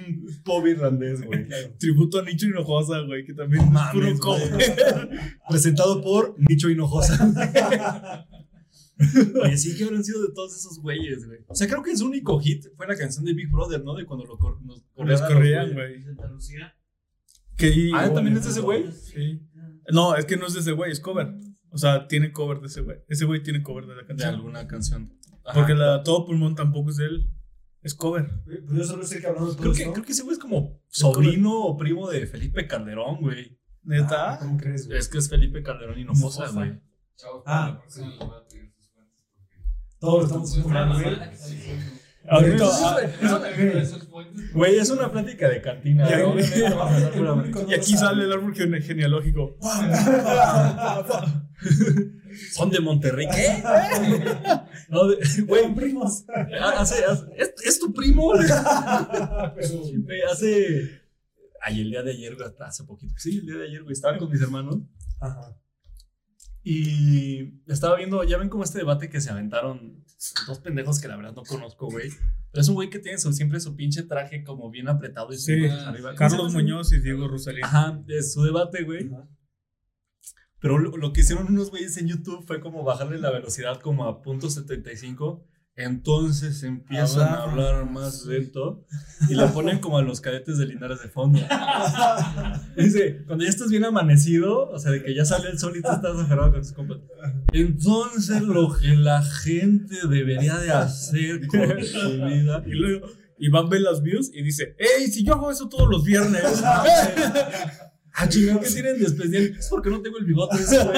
pub irlandés, güey. Tributo a Nicho Hinojosa, güey, que también es puro Mames, cover. Presentado por Nicho Hinojosa. Oye, sí que habrán sido de todos esos güeyes, güey. O sea, creo que su único hit fue la canción de Big Brother, ¿no? De cuando lo cor- nos Los a los corrían, güey. güeyes. Santa Lucía. Que- Ah, también es de ese güey. Sí. No, es que no es de ese güey, es cover. O sea, tiene cover de ese güey. Ese güey tiene cover de la De canción. alguna canción. Ajá. Porque la Todo Pulmón tampoco es de él. Es cover. Pues yo solo sé que hablamos de todo Creo que, esto. creo que ese güey es como sobrino o primo de Felipe Calderón, güey. Neta. Ah, pues, ¿Cómo crees, güey? Es que es Felipe Calderón y no Hinojosa. güey. Chavos, Ah. para la próxima les voy a pedir sus fuentes. Todos lo estamos Pues, porque- haciendo mal, Ah, güey. sí. Ahorita. Entonces, ah, Voy a pedir esas fuentes. Güey, es una plática de cantina. Ya, ¿no? güey. Obviamente vamos a hablar El pura- público no y lo aquí sabe. sale el árbol gene- genealógico. Son de Monterrey. ¿Qué? No, de- Güey, güey, primos. hace- hace- ¿es, es tu primo? Pero- Güey, hace. Ay, el día de ayer, güey, hasta hace poquito. Sí, el día de ayer, güey, estaba con mis hermanos. Ajá. Y estaba viendo, ya ven como este debate que se aventaron dos pendejos que la verdad no conozco, güey. Pero es un güey que tiene su- siempre su pinche traje como bien apretado y su Sí, arriba. Carlos Muñoz y Diego Rosalín. Ajá, es su debate, güey. Pero lo, lo que hicieron unos güeyes en YouTube fue como bajarle la velocidad como a punto .75. Entonces empiezan a hablar más lento y le ponen como a los cadetes de Linares de fondo. Dice, cuando ya estás bien amanecido, o sea, de que ya sale el sol y tú estás aferrado con tus compas. Entonces lo que la gente debería de hacer con su vida Y luego Iván ve las views y dice: ¡Ey, si yo hago eso todos los viernes! Ah, chingado, ¿qué tienen de especial? Es porque no tengo el bigote de ese güey.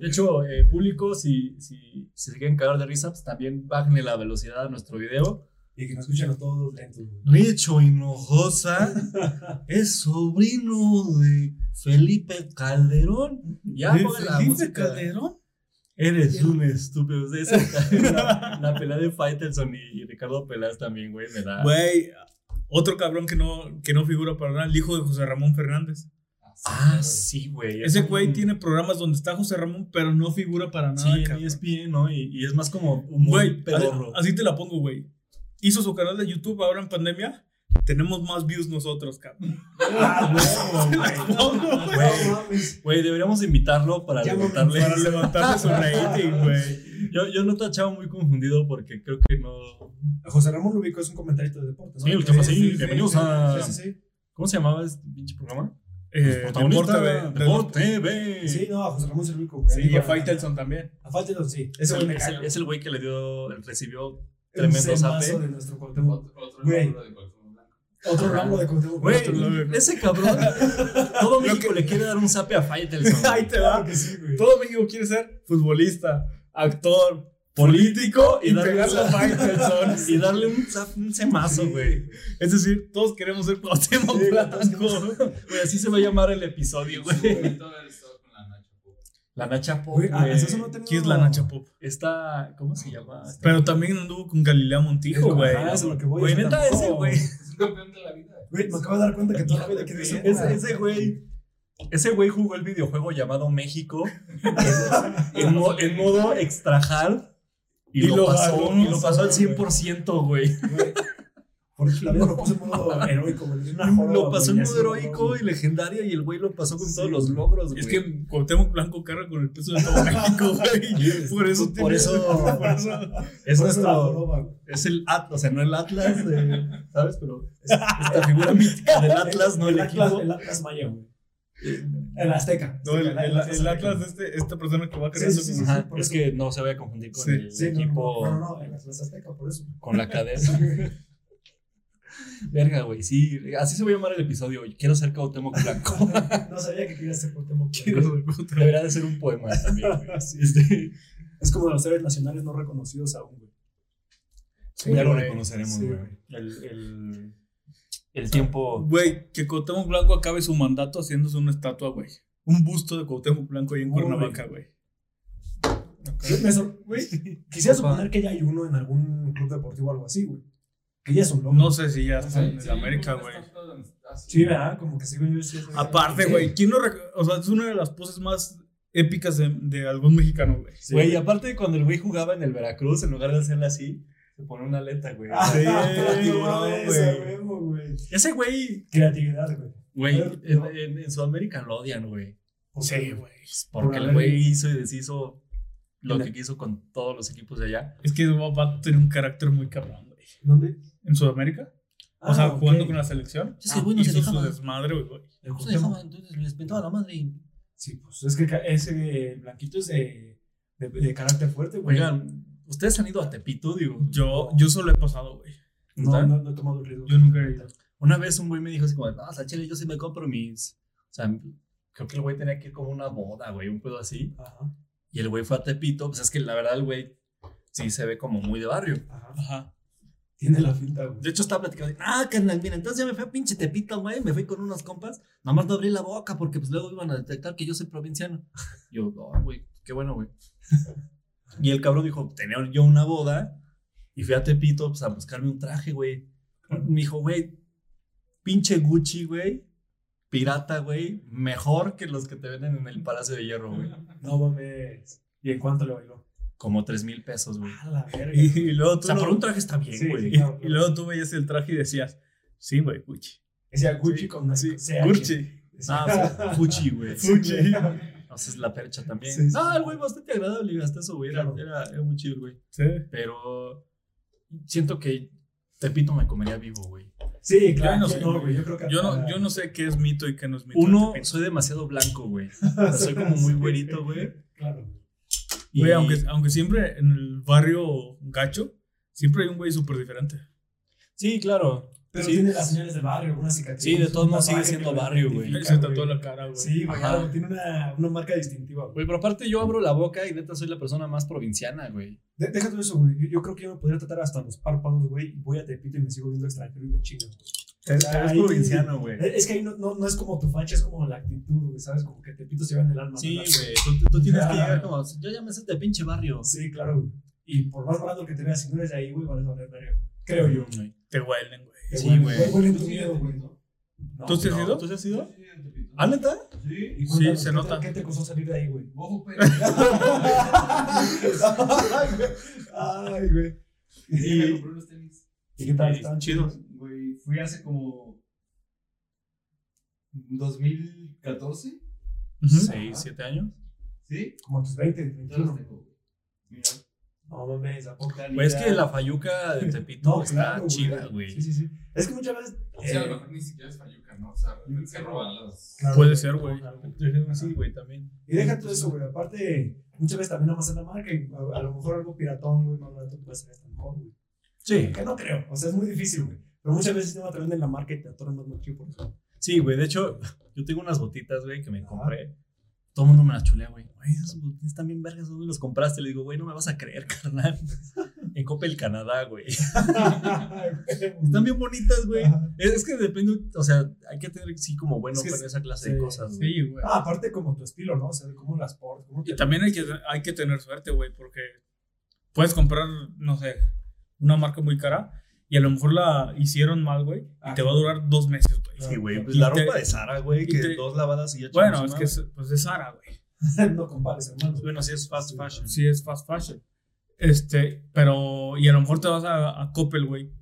De hecho, eh, público, si, si, si se quieren cagar de risa, pues también bájenle la velocidad a nuestro video. Y que nos escuchan a todos lentos, güey. Nicho Hinojosa es sobrino de Felipe Calderón. Ya ¿De pongan la Felipe música. Calderón? Eres un estúpido. O sea, esa- la, la pelea de Faitelson y, y Ricardo Peláez también, güey, me da. Güey, otro cabrón que no, que no figura para nada, el hijo de José Ramón Fernández. Ah, sí, güey. Ese Es güey un- tiene programas donde está José Ramón, pero no figura para Sí, nada. en E cabrón. ESPN, ¿no? Y, y es más como humor Güey, pedorro. así, así te la pongo, güey. Hizo su canal de YouTube ahora en pandemia. Tenemos más views nosotros, cabrón. Ah, güey, güey. Pongo, güey, No mames. Güey, deberíamos de invitarlo para Ya me levantarle. Para levantarle su rating, güey. Yo, yo no tachaba muy confundido porque creo que no. José Ramón lo ubicó, es un comentario de deportes. ¿no? Sí, el que fue así. Sí, Bienvenidos a. sí, sí. ¿Cómo se llamaba este pinche programa? Eh, Deporte B. Deporte TV. Sí, no, a José Ramón se lo ubicó, güey. Sí, y a Faitelson también. A Faitelson, sí. Es Ese güey el- me es el- caga. es el güey que le dio, recibió Un tremendo semazo zape. de nuestro Cuauhtémoc. Otro- otro Güey. número de Cuauhtémoc Blanco. Otro ramo de Cuauhtémoc. Güey, Blanco, ¿no? ese cabrón. Todo México le quiere dar un zape a Faitelson. Ahí te va. Claro que sí, güey. Todo México quiere ser futbolista, actor, Político y y darle, un pegarle a zape- Faitelson. y darle un, zape- un semazo, güey. Es decir, todos queremos ser Cuauhtémoc Sí, Blanco. Güey, así se va a llamar el episodio, güey. Y todo el estado con la Nacho Pop. La Nacha Pop. Güey, ah, güey. eso no tengo- ¿Quién es la Nacha Pop? Esta, ¿cómo se llama? Pero también anduvo con Galilea Montijo, güey. Ah, eso es lo que voy Güey, eso neta, ese tampoco. güey. Es un campeón de la vida. Güey, me acabo de dar cuenta que toda la vida que dice. Ese, ese güey. Ese güey jugó el videojuego llamado México Ah, en, en mo- en modo extra hard y, Y lo, lo pasó, ganó, y lo pasó al 100%, güey. Güey, Por eso la vida lo puso en modo heroico, güey. Es una joroba, Lo pasó en güey, modo así, heroico y güey. legendaria y el güey lo pasó con Sí, todos los güey. logros, güey. Es que Cuauhtémoc Blanco carga con el peso de todo México, güey. Por eso Por tiene- eso- por eso- es Por eso la nuestro... joroba, güey. Es el Atlas, o sea, no el Atlas, de- ¿sabes? Pero es- esta figura mítica del Atlas, no el Atlas, equipo. el Atlas Maya, güey. El Azteca. No, el, el- el Azteca. Atlas de este, esta persona que va Sí, cargando sí, con- sí. Ajá, por es eso. que no se vaya a confundir con Sí, el Sí, no, equipo No, no, no, el Atlas Azteca, por eso. con la cadena. Verga, güey, sí, así se va a llamar el episodio hoy. Quiero ser Cuauhtémoc Blanco. No sabía que querías ser Cuauhtémoc. Debería de ser un poema también, güey. Así, este, Es como de los héroes nacionales no reconocidos aún, güey. ya lo güey. reconoceremos, Sí, güey. güey. El, el, el tiempo... Güey, que Cuauhtémoc Blanco acabe su mandato haciéndose una estatua, güey. Un busto de Cuauhtémoc Blanco ahí en Uy. Cuernavaca, güey. Sí, me sor- güey, Quisiera suponer que ya hay uno en algún club deportivo o algo así, güey. Que ya es un logro. No sé si ya Sí, está en sí, América, una güey. estatua donde está ah, así. Sí, ¿verdad? Como que sí, güey. yo sí- Aparte, Sí. güey, ¿quién no rec- O sea, es una de las poses más épicas de, de algún mexicano, güey. Sí, Güey, y aparte cuando el güey jugaba en el Veracruz, en lugar de hacerla así, se pone una aleta, güey. Ah, Sí, no, tiburón, ese güey. huevo, güey. Ese güey, Creatividad, güey. güey, Pero, en, no. en, en Sudamérica lo odian, güey. O sea, Sí, güey. Porque Por el haber- güey hizo y deshizo lo En la- que quiso con todos los equipos de allá. Es que Boba tiene un carácter muy cabrón, güey. ¿Dónde? En Sudamérica. o sea, Ah, ok. jugando con la selección. Ah, Es que, güey, no se hizo deja, su man. desmadre, güey. El Entonces, Cuauhtémoc. entonces les mentaba la madre. Sí, pues es que ca- ese eh, blanquito es de, de, de carácter fuerte, güey. Oigan, ustedes han ido a Tepito, digo. Yo, yo solo he pasado, güey. no, no, no he tomado el riesgo. Yo nunca he ido. Una vez un güey me dijo así como, no, o sea, chile, yo sí me compro mis... O sea, creo que el güey tenía que ir como a una boda, güey, un pedo así. Ajá, Y el güey fue a Tepito, pues es que la verdad el güey sí se ve como muy de barrio. ajá. Ajá. Tiene la finta, güey. De hecho, estaba platicando. Ah, carnal, mira, entonces ya me fui a pinche Tepito, güey. Me fui con unos compas. Nomás no abrí la boca porque pues luego iban a detectar que yo soy provinciano. Yo, "Ah, güey, qué bueno, güey. Y el cabrón dijo, tenía yo una boda y fui a Tepito pues, a buscarme un traje, güey. Me dijo, güey, pinche Gucci, güey. Pirata, güey. Mejor que los que te venden en el Palacio de Hierro, güey. No mames. ¿Y en cuánto le bailó? Como tres mil pesos, güey. A la verga. Y, y luego O tú sea, lo- por un traje está bien, Sí, güey. y, claro, y luego tú veías el traje y decías, sí, güey, Gucci. Decía Gucci con una Sí, CH. Gucci. Decía- Ah, Gucci, güey. Sí, güey. Entonces la percha también. Sí, sí, ah, sí. el güey bastante agradable, y hasta eso, güey. Era, Claro. era, era muy chido, el güey. Sí. Pero siento que Tepito me comería vivo, güey. Sí, Yo claro. no Yo sé, no, güey. Yo creo que. Yo no, yo no sé qué es mito y qué no es mito. Uno, Güey, soy demasiado blanco, güey. O sea, soy como muy güerito, güey. Claro, güey. Y aunque, aunque siempre en el barrio gacho, siempre hay un güey súper diferente. Sí, claro. Pero Sí. tiene las señales del barrio, una cicatriz. Sí, de todos un modos sigue tatuaje siendo que lo barrio, güey. Él identifica, se tatuó la cara, güey. Sí, güey. Ajá. claro, Tiene una, una marca distintiva, güey. Güey, pero aparte yo abro la boca y neta soy la persona más provinciana, güey. De- deja todo eso, güey. Yo, yo creo que yo me podría tratar hasta los párpados, güey. y Voy a Tepito y me sigo viendo extranjero y me chingo. Es, Ahí- provinciano, güey. Eh, Es que ahí no, no, no es como tu facha, es como la actitud, güey, ¿sabes? Como que Tepito se lleva en el alma. Sí, ¿no? güey. Tú, tú tienes que Ah. llegar como, yo ya me sé de pinche barrio. Sí, claro, güey. Y por más barato que te veas, si no eres de ahí, güey, vale valer verga. Creo yo. güey. Te huelen, güey. Sí, Huele- güey. huele- Huele Tú tu sí, miedo, güey. ¿no? No, ¿Tú sí has no. ido? ¿Tú sí has ido? Sí, en Tepito. ¿Ah, neta? Sí. Y cuéntanos, Sí, se ¿qué nota. te- ¿Qué te costó salir de ahí, güey? Ojo, pero. Ay, güey. Sí, me compré unos tenis. ¿Y qué tal? Sí, ¿Están chidos. Güey, fui hace como 2014, Ujú. Seis, siete años. ¿sí? Como a tus 20, Ya 21. los tengo, güey. Mira, No mames, ¿a poco? calidad. Güey, es que la fayuca de Tepito No, está claro, chida, güey. Sí, sí, sí. Es que muchas veces. O sea, a eh, lo mejor ni siquiera es Fayuca, ¿no? O sea, se roban las. claro, Puede ser, güey. claro. Sí, güey, también. Y deja todo eso, güey. Aparte, muchas veces también nada más en la marca. y A, a lo mejor algo piratón, güey, más barato puede ser hasta mejor, güey. Sí. Que no creo. O sea, es muy difícil, güey. Pero muchas veces te van a en la marca y te atoran más motivo por eso. Sí, güey. De hecho, yo tengo unas botitas, güey, que me Ajá. compré. Todo el mundo me las chulea, güey. Güey, esas botitas también vergas, ¿dónde las compraste? Le digo, güey, no me vas a creer, carnal. En Copel Canadá, güey. Están bien bonitas, güey. Ajá. Es, es que depende, o sea, hay que tener, sí, como bueno Es que con es- esa clase sí. de cosas, güey. Sí, güey. Ah, aparte como tu estilo, ¿no? O sea, de cómo las portas. cómo te- Y también hay que, hay que tener suerte, güey, porque puedes comprar, no sé, una marca muy cara y a lo mejor la hicieron mal, güey, y te va a durar dos meses, güey. Sí, güey. Pues Y la te- ropa de Sara, güey, y que te- dos lavadas y ya Bueno, chingó es su que madre. es, pues es Sara, güey. no compares, hermano. Bueno, sí es fast fashion. Sí, es fast fashion. Este, pero, y a lo mejor te vas a, a Coppel, güey.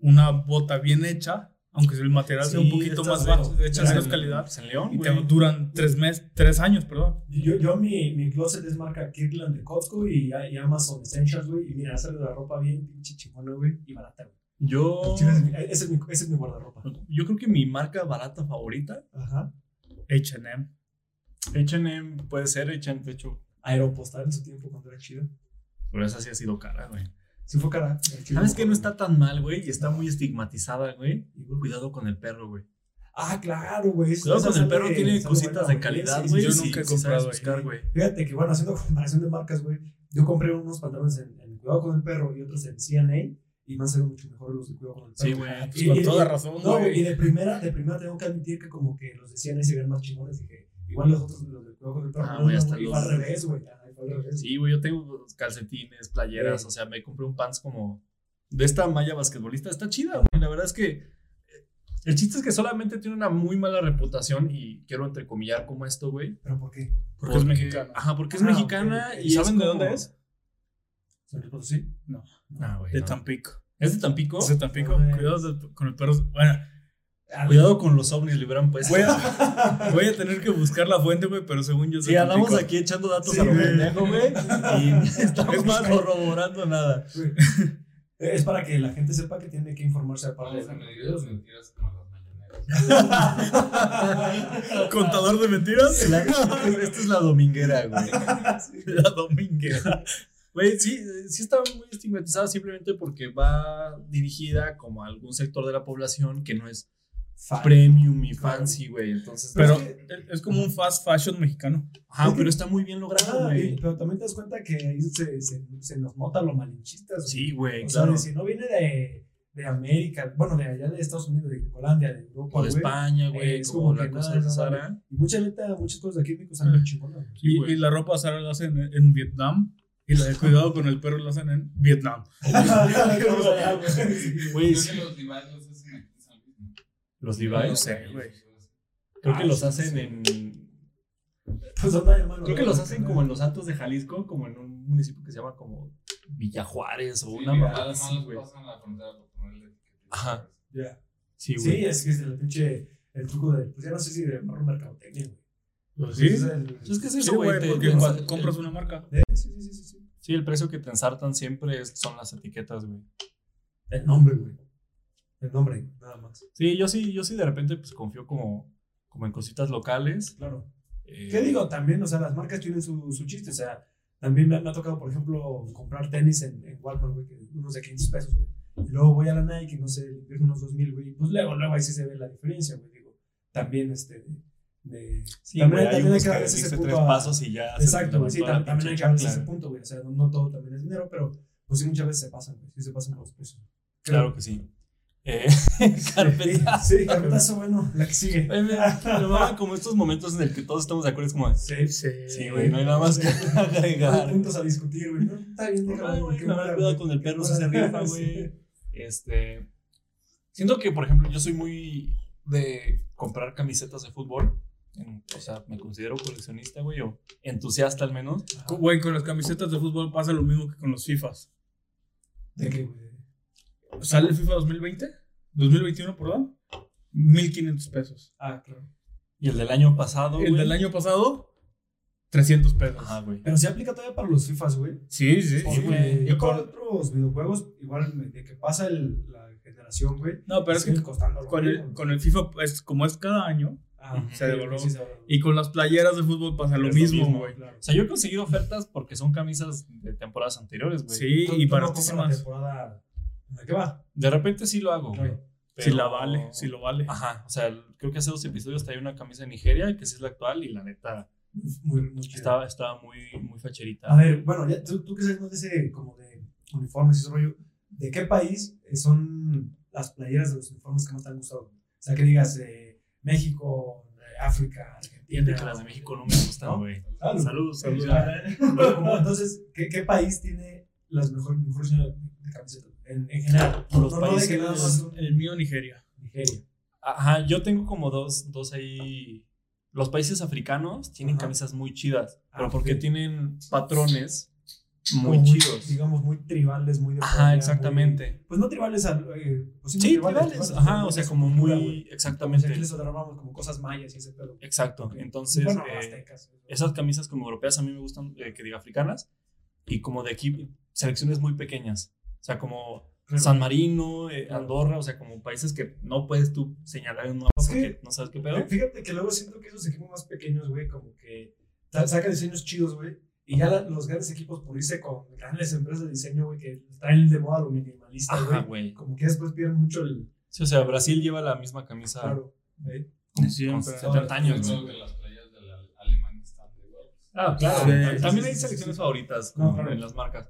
una bota bien hecha, aunque el material sea un Sí, poquito estas más de- bajo, de hecha las menos en- calidad, En León, y te güey. duran tres meses, tres años, perdón. Yo, yo mi, mi closet es marca Kirkland de Costco y, y Amazon Essentials, güey. Y mira, sale la ropa bien pinche chingona, güey, y barata, güey. Yo, Ese es mi- Ese es mi, ese es mi guardarropa. yo creo que mi marca barata favorita, Ajá. H&M. H&M, puede ser H&M, de hecho. Aeropostal en su tiempo cuando era chido. Pero esa sí ha sido cara, güey. Se fue cara. ¿Sabes que no está tan mal, güey? Y está muy estigmatizada, güey. Y güey, cuidado con el perro, güey. Ah, claro, güey. Cuidado Esa con sale- el perro, tiene sale cositas buena, de calidad, Sí, güey. Yo sí, nunca he sí sabes comprado, buscar, güey. Fíjate que, bueno, haciendo comparación de marcas, güey, yo compré unos pantalones en, en Cuidado con el Perro y otros en CNA y me han salido mucho mejor los de Cuidado con el Perro. Sí, güey. Pues con Y- y- toda razón, No, güey, güey. y de primera, de primera tengo que admitir que como que los de CNA se veían más chingones. Dije, igual los otros, los de Cuidado con el Perro, Ah, no, güey, no, hasta y los- fue al revés, güey. Ah, y fue al revés. Sí, güey, yo tengo calcetines, playeras, Sí. o sea, me compré un pants como de esta malla basquetbolista. Está chida, güey. La verdad es que eh, el chiste es que solamente tiene una muy mala reputación y quiero entrecomillar como esto, güey. ¿Pero por qué? Porque es mexicana. Ajá, porque es Ah, mexicana ok, ok. y ¿Saben es de dónde como- es? ¿San Luis Potosí? No, güey. De no. Tampico. ¿Es de Tampico? Es de Tampico. Ah, Cuidado de- con el perro. Bueno, Cuidado con los ovnis, le hubieran puesto. voy a, voy a tener que buscar la fuente, güey, pero según yo es de Sí, andamos Tampico. aquí echando datos Sí, a lo güey. pendejo, güey. Y no estamos Es más- corroborando nada. Güey. Eh, Es para que la gente sepa que tiene que informarse aparte. Vamos a medir las mentiras como las mañaneras. Contador de mentiras. La- esta es la dominguera, güey. La dominguera. Güey, sí, sí está muy estigmatizada simplemente porque va dirigida como a algún sector de la población que no es premium y fancy, güey. Entonces, pues, Pero Es es como un fast fashion mexicano. ajá, pero está muy bien logrado, Ah, y- güey. pero también te das cuenta que ahí se, se, se nos nota lo malinchistas. güey. Sí, güey, o claro. sea, si no viene de, de América, bueno, de allá de Estados Unidos, de Holanda, de Europa, O de güey. España, güey, es como como la que cosa nada, de nada, Sara. Y mucha neta, muchas cosas de aquí en México salen Ah. chingonas. güey. Y, güey. y la ropa Sara la hacen en, en Vietnam. Y la de cuidado con el perro la hacen en Vietnam. Vamos allá, güey. Sí, güey. Güey, Creo sí. que los Levi's los hacen aquí en San Luis, ¿no? Los Levi's. No sé, güey. Creo que Ah, los sí, hacen sí. en. Pues anda llamando, Creo que güey, los hacen nada. como en los altos de Jalisco, como en un municipio que se llama como Villajuárez o Sí, una mira, mamada nada más así, güey. pasan la frontera por ponerle etiquetas. Ajá. Ya. Sí, güey. Sí, es que es el pinche, el truco de, pues ya no sé si de marro mercadotecnia, güey. Pues sí. Es el- Es que es Sí, eso, güey. güey, te- porque te- cuando el- compras una marca. Eh, Sí, sí, sí, sí, sí. Sí, el precio que te ensartan siempre es- son las etiquetas, güey. El nombre, güey. El nombre, nada más. Sí, yo sí, yo sí de repente pues confío como, como en cositas locales. Claro. eh, ¿Qué digo? También, o sea, las marcas tienen su, su chiste. O sea, también me, me ha tocado, por ejemplo, comprar tenis en, en Walmart, güey, que unos de 500 pesos, güey. Y luego voy a la Nike, no sé, le invierto unos 2000, güey. Pues luego, luego ahí sí se ve la diferencia, güey. Digo, también, este, de. Sí, también, güey, hay también unos que que a veces diste se tres puto a- pasos y ya. se te Exacto, güey. Sí, levantó la tam- también hay pinche que hablarse chancla. ese punto, güey. O sea, no, no todo también es dinero, pero pues sí, muchas veces se pasan, güey. Sí, se pasan con los precios. Claro que sí. Eh, carpeta. Sí, sí, carpetazo, bueno, la que sigue. Ay, me- me maman como estos momentos en el que todos estamos de acuerdo, es como, Sí, sí, güey, no hay nada más que agregar. puntos a discutir, güey. ¿no? Está bien, déjalo, Ay, güey, qué la verdad, mala, cuidado güey. con el Qué perro, mala. se rifa, güey. Sí. Este. Siento que, por ejemplo, yo soy muy de comprar camisetas de fútbol. En- O sea, me considero coleccionista, güey, o entusiasta al menos. Güey, con las camisetas de fútbol pasa lo mismo que con los FIFAs. ¿De qué, güey? ¿Sale el FIFA 2020? 2021, perdón. 1500 pesos. Ah, claro. Y el del año pasado, El güey. del año pasado, 300 pesos. Ajá, güey. Pero se aplica todavía para los FIFAs, güey. Sí, sí, sí. Porque Yo con con- otros videojuegos, igual de que pasa el- la generación, güey. No, pero es sigue que costando lo con el, mismo. con el FIFA, pues, como es cada año, Ah, se ok, devaluó. sí, se devaluó. y con las playeras de fútbol pasa lo Es lo mismo, mismo, güey. Claro. O sea, yo he conseguido ofertas porque son camisas de temporadas anteriores, güey. Sí, Tú- tú y no compras La baratísimas. temporada en la que va. De repente sí lo hago, güey. Claro. Si la pero- vale, si lo vale. Ajá, o sea, el- creo que hace dos episodios traía una camisa de Nigeria, que sí es la actual, y la neta Muy, muy chido. estaba, estaba muy, muy facherita. A ver, bueno, ya, tú, tú que sabes más de ese, como de uniformes y ese rollo, ¿de qué país eh, son las playeras de los uniformes que más te han gustado? O sea, que digas eh, México, eh, África, Fíjate Argentina. que las de México no me gustan, ¿No? güey. eh. Ah, Saludos, Salud. Pero como, entonces, ¿qué, qué país tiene las mejores mejores diseños de camisetas? En, en general, Los no, no de que países- nada más son El mío, Nigeria. Nigeria. Ajá, yo tengo como dos, dos ahí. Los países africanos tienen Ajá. camisas muy chidas, pero Ah, porque ok. tienen patrones muy como chidos. Digamos, muy tribales, muy de pelea, Ajá, muy- exactamente. pues no tribales al. eh, pues Sí, no tribales, Ajá, o sea, como cultura, muy. güey. Como si Exactamente. aquí les agarrábamos como cosas mayas y ese pedo. Exacto. Entonces, bueno, eh, aztecas. esas camisas como europeas a mí me gustan, eh, que diga africanas, y como de aquí, selecciones muy pequeñas. O sea, como Claro. San Marino, eh, Andorra, o sea, como países que no puedes tú señalar en un mapa Es que- porque no sabes qué pedo. Eh, Fíjate que luego siento que esos equipos más pequeños, güey, como que ta- sacan diseños chidos, güey. Y ya la- los grandes equipos por irse con grandes empresas de diseño, güey, que traen de moda lo minimalista, Ajá, güey. güey. Como que después pierden mucho el. Sí, o sea, Brasil lleva la misma camisa Claro. ¿eh? con, Siempre. con 70 años. Creo que las playas de la Alemania están de huevos. Ah, claro. Sí, tam- sí, también sí, hay sí, selecciones sí. favoritas No, como claro. en las marcas.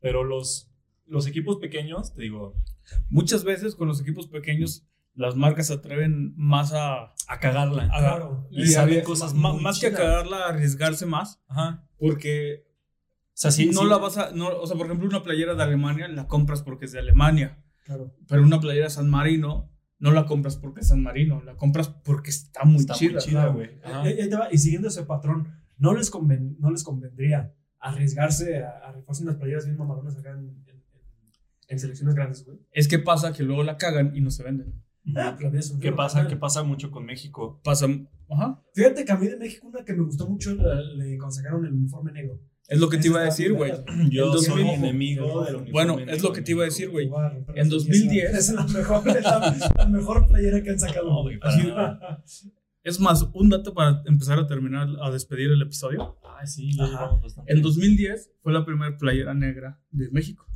Pero los, los equipos pequeños, te digo, Muchas veces con los equipos pequeños, las marcas se atreven más a. a cagarla. Ah, a- Claro. y a- salen a- cosas ma- muy Más que a chidas. cagarla, a arriesgarse más. Ajá. Porque O sea, sí, no sí. la vas a. no- o sea, por ejemplo, una playera de Alemania la compras porque es de Alemania. Claro. Pero una playera San Marino no la compras porque es San Marino. La compras porque está muy Está chida. muy chida, güey. Ajá. Eh, eh, te va- Y siguiendo ese patrón, ¿no les, conven- no les convendría arriesgarse a, a rifarse unas playeras bien mamalonas acá en, en- en- en selecciones grandes, güey? Es que pasa que luego la cagan y no se venden. Ah, la vida es un ¿Qué río, pasa? carnal. ¿Qué pasa mucho con México? Pasa. Ajá. Fíjate que a mí de México una que me gustó mucho la- le consagraron el uniforme negro. Es lo que te Esa iba a está decir, muy güey. verga. Yo El soy 2000. enemigo del uniforme Bueno, negro es lo que en te iba a México. decir, güey. Te voy a romper en las 2010. uñas. es la mejor, es la, la mejor playera que han sacado. No, güey, para Así- nada. Es más, un dato para empezar a terminar, a despedir el episodio. Ah, sí, ya Ajá. llevamos bastante. En 2010 fue la primera playera negra de México.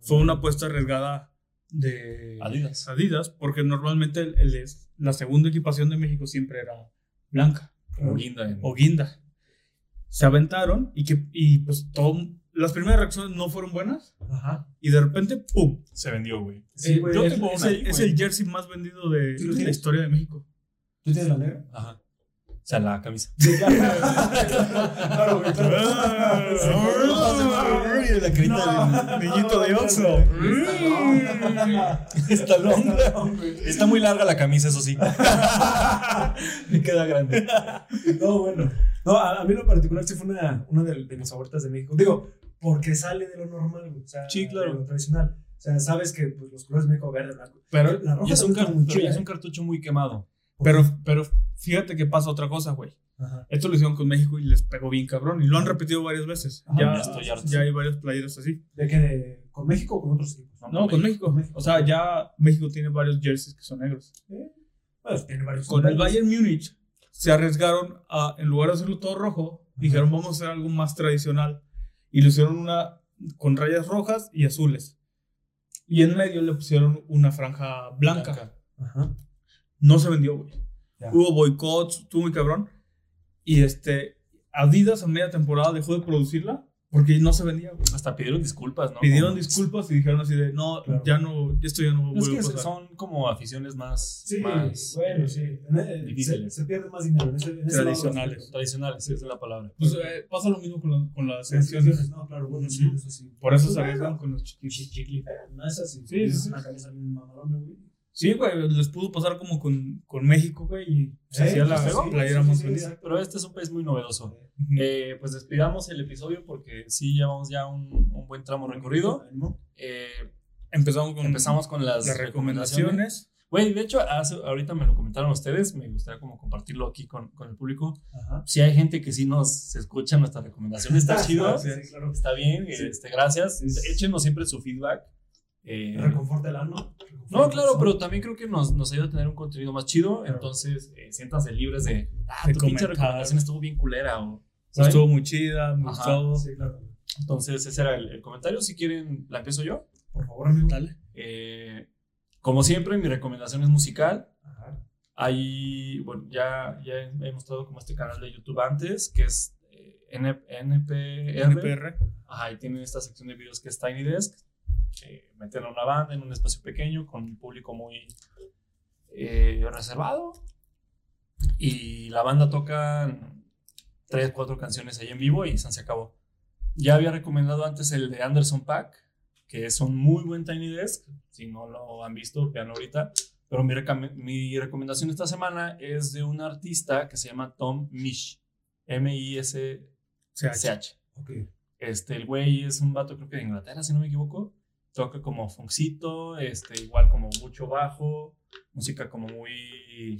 Fue una apuesta arriesgada de Adidas. Adidas, porque normalmente el- el es- la segunda equipación de México siempre era blanca Claro. Linda, en- o guinda. Se aventaron y, que, y pues todo, las primeras reacciones no fueron buenas Ajá. y de repente, ¡pum! Se vendió, güey. Sí, Eh, güey. yo ¿Tú tengo una es, el, ahí, es güey. el jersey más vendido de, ¿Sí lo de la tienes? historia de México. tienes la negra? Ajá. O sea, la camisa. Sí, claro. claro, güey, claro. Sí, claro. No. la No, Oxxo. Está longa. Está muy larga la camisa, eso sí. Me queda grande. No, bueno. No, a, a mí en lo particular sí fue una, una de, de mis favoritas de México. Digo, porque sale de lo normal, güey, o sea, Sí, claro. de lo tradicional. O sea, sabes que pues, los colores de México, verde, blanco. Pero, la roja Y es, un también car- está muy pero ya chida, es un cartucho muy quemado. pero, pero fíjate que pasa otra cosa, güey. ¿eh? Ajá. Esto lo hicieron con México y les pegó bien cabrón. Y lo han repetido varias veces. Ah, ya, ya estoy harto. ya hay varios playeros así. ¿De que de- ¿Con México o con otros equipos? No, con México. O sea, ya México tiene varios jerseys que son negros. Bueno, pues, tiene varios Con el convenios. Bayern Múnich se arriesgaron a, en lugar de hacerlo todo rojo, dijeron vamos a hacer algo más tradicional. Y lo hicieron una con rayas rojas y azules. Y en medio le pusieron una franja blanca. Ajá. No se vendió, güey. Ya. Hubo boicots, estuvo muy cabrón. Y este, Adidas a media temporada dejó de producirla porque no se vendía, güey. Hasta pidieron disculpas, ¿no? Pidieron Como- disculpas Pues, y dijeron así de, no, Claro. ya no, esto ya no No, Es vuelve a que pasar. son como aficiones más, Sí, más bueno, eh, sí. En- en- se, difíciles. se pierde más dinero. En ese, en ese lado Tradicionales. tradicionales, esa es la palabra. Pues eh, pasa lo mismo con, la- con las de las selecciones, selecciones. No, claro, bueno, sí, Ujú. eso sí. Pues Por eso se Bueno, arriesgan con los sí, chiquitos. chicle, pero No es así. Sí, sí, es sí. una camisa bien mamalona, güey. Sí, güey, les pudo pasar como con, con México, güey, y se Eh, hacía la sí, playera sí, sí, más sí, vendida. exacto. Pero este es un país muy novedoso. Ujú. Eh, pues despidamos el episodio porque sí llevamos ya un, un buen tramo recorrido. Ánimo. Eh, empezamos con empezamos con las, las recomendaciones. Güey, de hecho, hace- ahorita me lo comentaron ustedes, me gustaría como compartirlo aquí con, con el público. Ajá. Si hay gente que sí nos escucha nuestras recomendaciones, está chido, Sí, sí, claro. está bien, este, gracias. Échenos siempre su feedback. Eh, Reconforta el ano. no, claro, pero también creo que nos, nos ayuda a tener un contenido más chido, entonces eh, siéntanse libres de, ah, De tu pinche comentar. recomendación estuvo bien culera o... ¿saben? Estuvo muy chida, me Ajá. gustó. Sí, claro. Entonces, ese era el, el comentario. Si quieren, la empiezo yo. Por favor, amigo. Dale. Eh, como siempre, mi recomendación es musical. Ajá. Ahí, bueno, ya, ya he mostrado como este canal de YouTube antes, que es eh, NP NPR. NPR. Ajá, y tienen esta sección de videos que es Tiny Desk. Eh, meten a una banda en un espacio pequeño con un público muy eh, reservado. Y la banda toca tres, cuatro canciones ahí en vivo y san se acabó. Ya había recomendado antes el de Anderson Pack, que es un muy buen Tiny Desk. Si no lo han visto, vean ahorita. Pero mi, recome- mi recomendación esta semana es de un artista que se llama Tom Misch. M-I-S-C-H. Se hace. -H. Ok. Este, el güey es un vato, creo que de Inglaterra, si no me equivoco. Toca como funkcito, este, igual como mucho bajo, música como muy.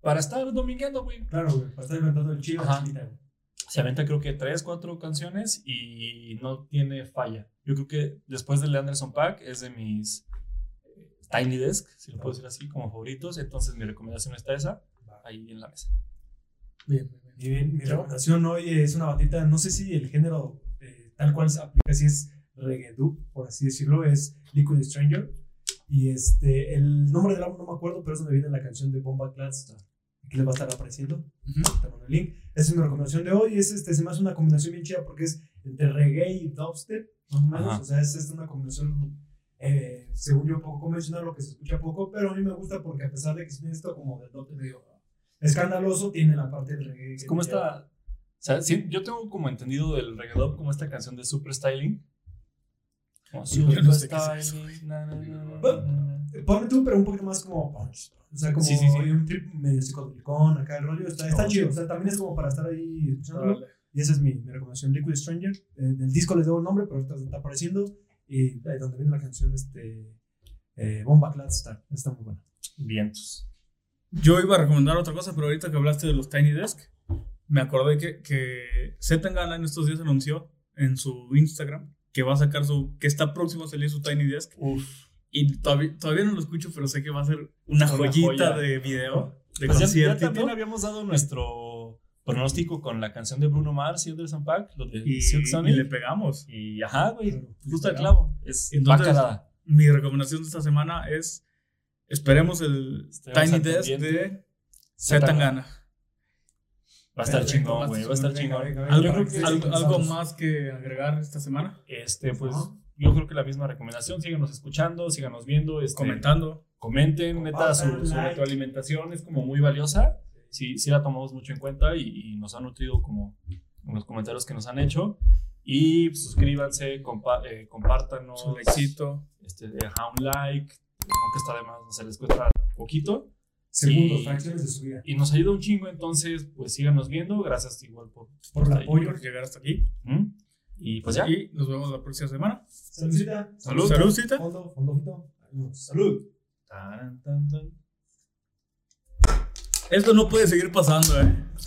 Para estar domingueando, güey. Claro, güey, para estar inventando el chido. Ajá. chiquita, güey. Se aventa, creo que tres, cuatro canciones y no tiene falla. Yo creo que después del de Anderson Pack es de mis eh, Tiny Desk, si lo puedo decir así, como favoritos. Entonces, mi recomendación está esa, ahí en la mesa. Bien, bien, bien. Mi, mi recomendación hoy es una bandita, no sé si el género eh, tal cual se aplica, si es reggaeton, por así decirlo, es Liquid Stranger. Y este, el nombre del álbum no me acuerdo, pero es donde viene la canción de Bomba Clats, que les va a estar apareciendo. Te mando el link. Es una recomendación de hoy, es este, se me hace una combinación bien chida porque es entre reggae y dubstep, más o menos. Ajá. O sea, es, es una combinación, eh, según yo, poco convencional, lo que se escucha poco, pero a mí me gusta porque a pesar de que tiene esto como del dubstep medio escandaloso, tiene la parte del reggae. Es que como te lleva- esta. O sea, sí, yo tengo como entendido del reggaetón como esta canción de Super Styling. Como Yo no Super sé qué es eso, Ah. Styling. na, na, na, na, na, na. Ponle tú, pero un poquito más como punch. O sea, como Sí, sí, sí. hay un trip medio psicodelicón acá el rollo. Está, está Oh. chido. O sea, también es como para estar ahí escuchándolo. Y esa es mi, mi recomendación, Liquid Stranger. Eh, del disco les debo el nombre, pero ahorita está apareciendo. Y eh, donde viene la canción este, eh, Bomba Cloud Star. Está muy buena. Vientos. Yo iba a recomendar otra cosa, pero ahorita que hablaste de los Tiny Desk, me acordé que, que Zetangana en estos días anunció en su Instagram que va a sacar su. que está próximo a salir su Tiny Desk. Y todavía, todavía no lo escucho, pero sé que va a ser una, joyita joya. de video, de Pues ya- ya, conciertito. también habíamos dado nuestro pronóstico con la canción de Bruno Mars y Anderson Paak, lo de y, Silk y le Sonic. pegamos. Y, ajá, güey. Justo Claro. pues al clavo. Es Entonces, bacarada. Mi recomendación de esta semana es. Esperemos el Estemos Tiny al Desk de pendiente. Zetangana. Va a estar Perfecto, chingón, más güey. Va a estar venga, chingón. venga, venga. ¿Algo, Yo creo que- algo- algo más que agregar esta semana? Este, pues, Ajá. yo creo que la misma recomendación. Síganos escuchando, síganos viendo. Este, Comentando. Comenten, neta, su, Compartan, su like. retroalimentación es como muy valiosa. Sí, sí la tomamos mucho en cuenta y, y nos ha nutrido como en los comentarios que nos han hecho. Y pues, suscríbanse, compa- eh, compártanos, Su likecito. este, deja un like, nunca está de más, o sea, les cuesta poquito. Segundos, Y- fracciones de su vida. Y nos ayuda un chingo, entonces, pues síganos viendo. Gracias igual por... Por el estar ahí. apoyo. Por llegar hasta aquí. ¿Mm? Y pues ya. Y nos vemos la próxima semana. Saludcita. Salud. Saludcita. Fondo, fondo, fondo. Salud. Tan, tan, tan. Esto no puede seguir pasando, ¿eh?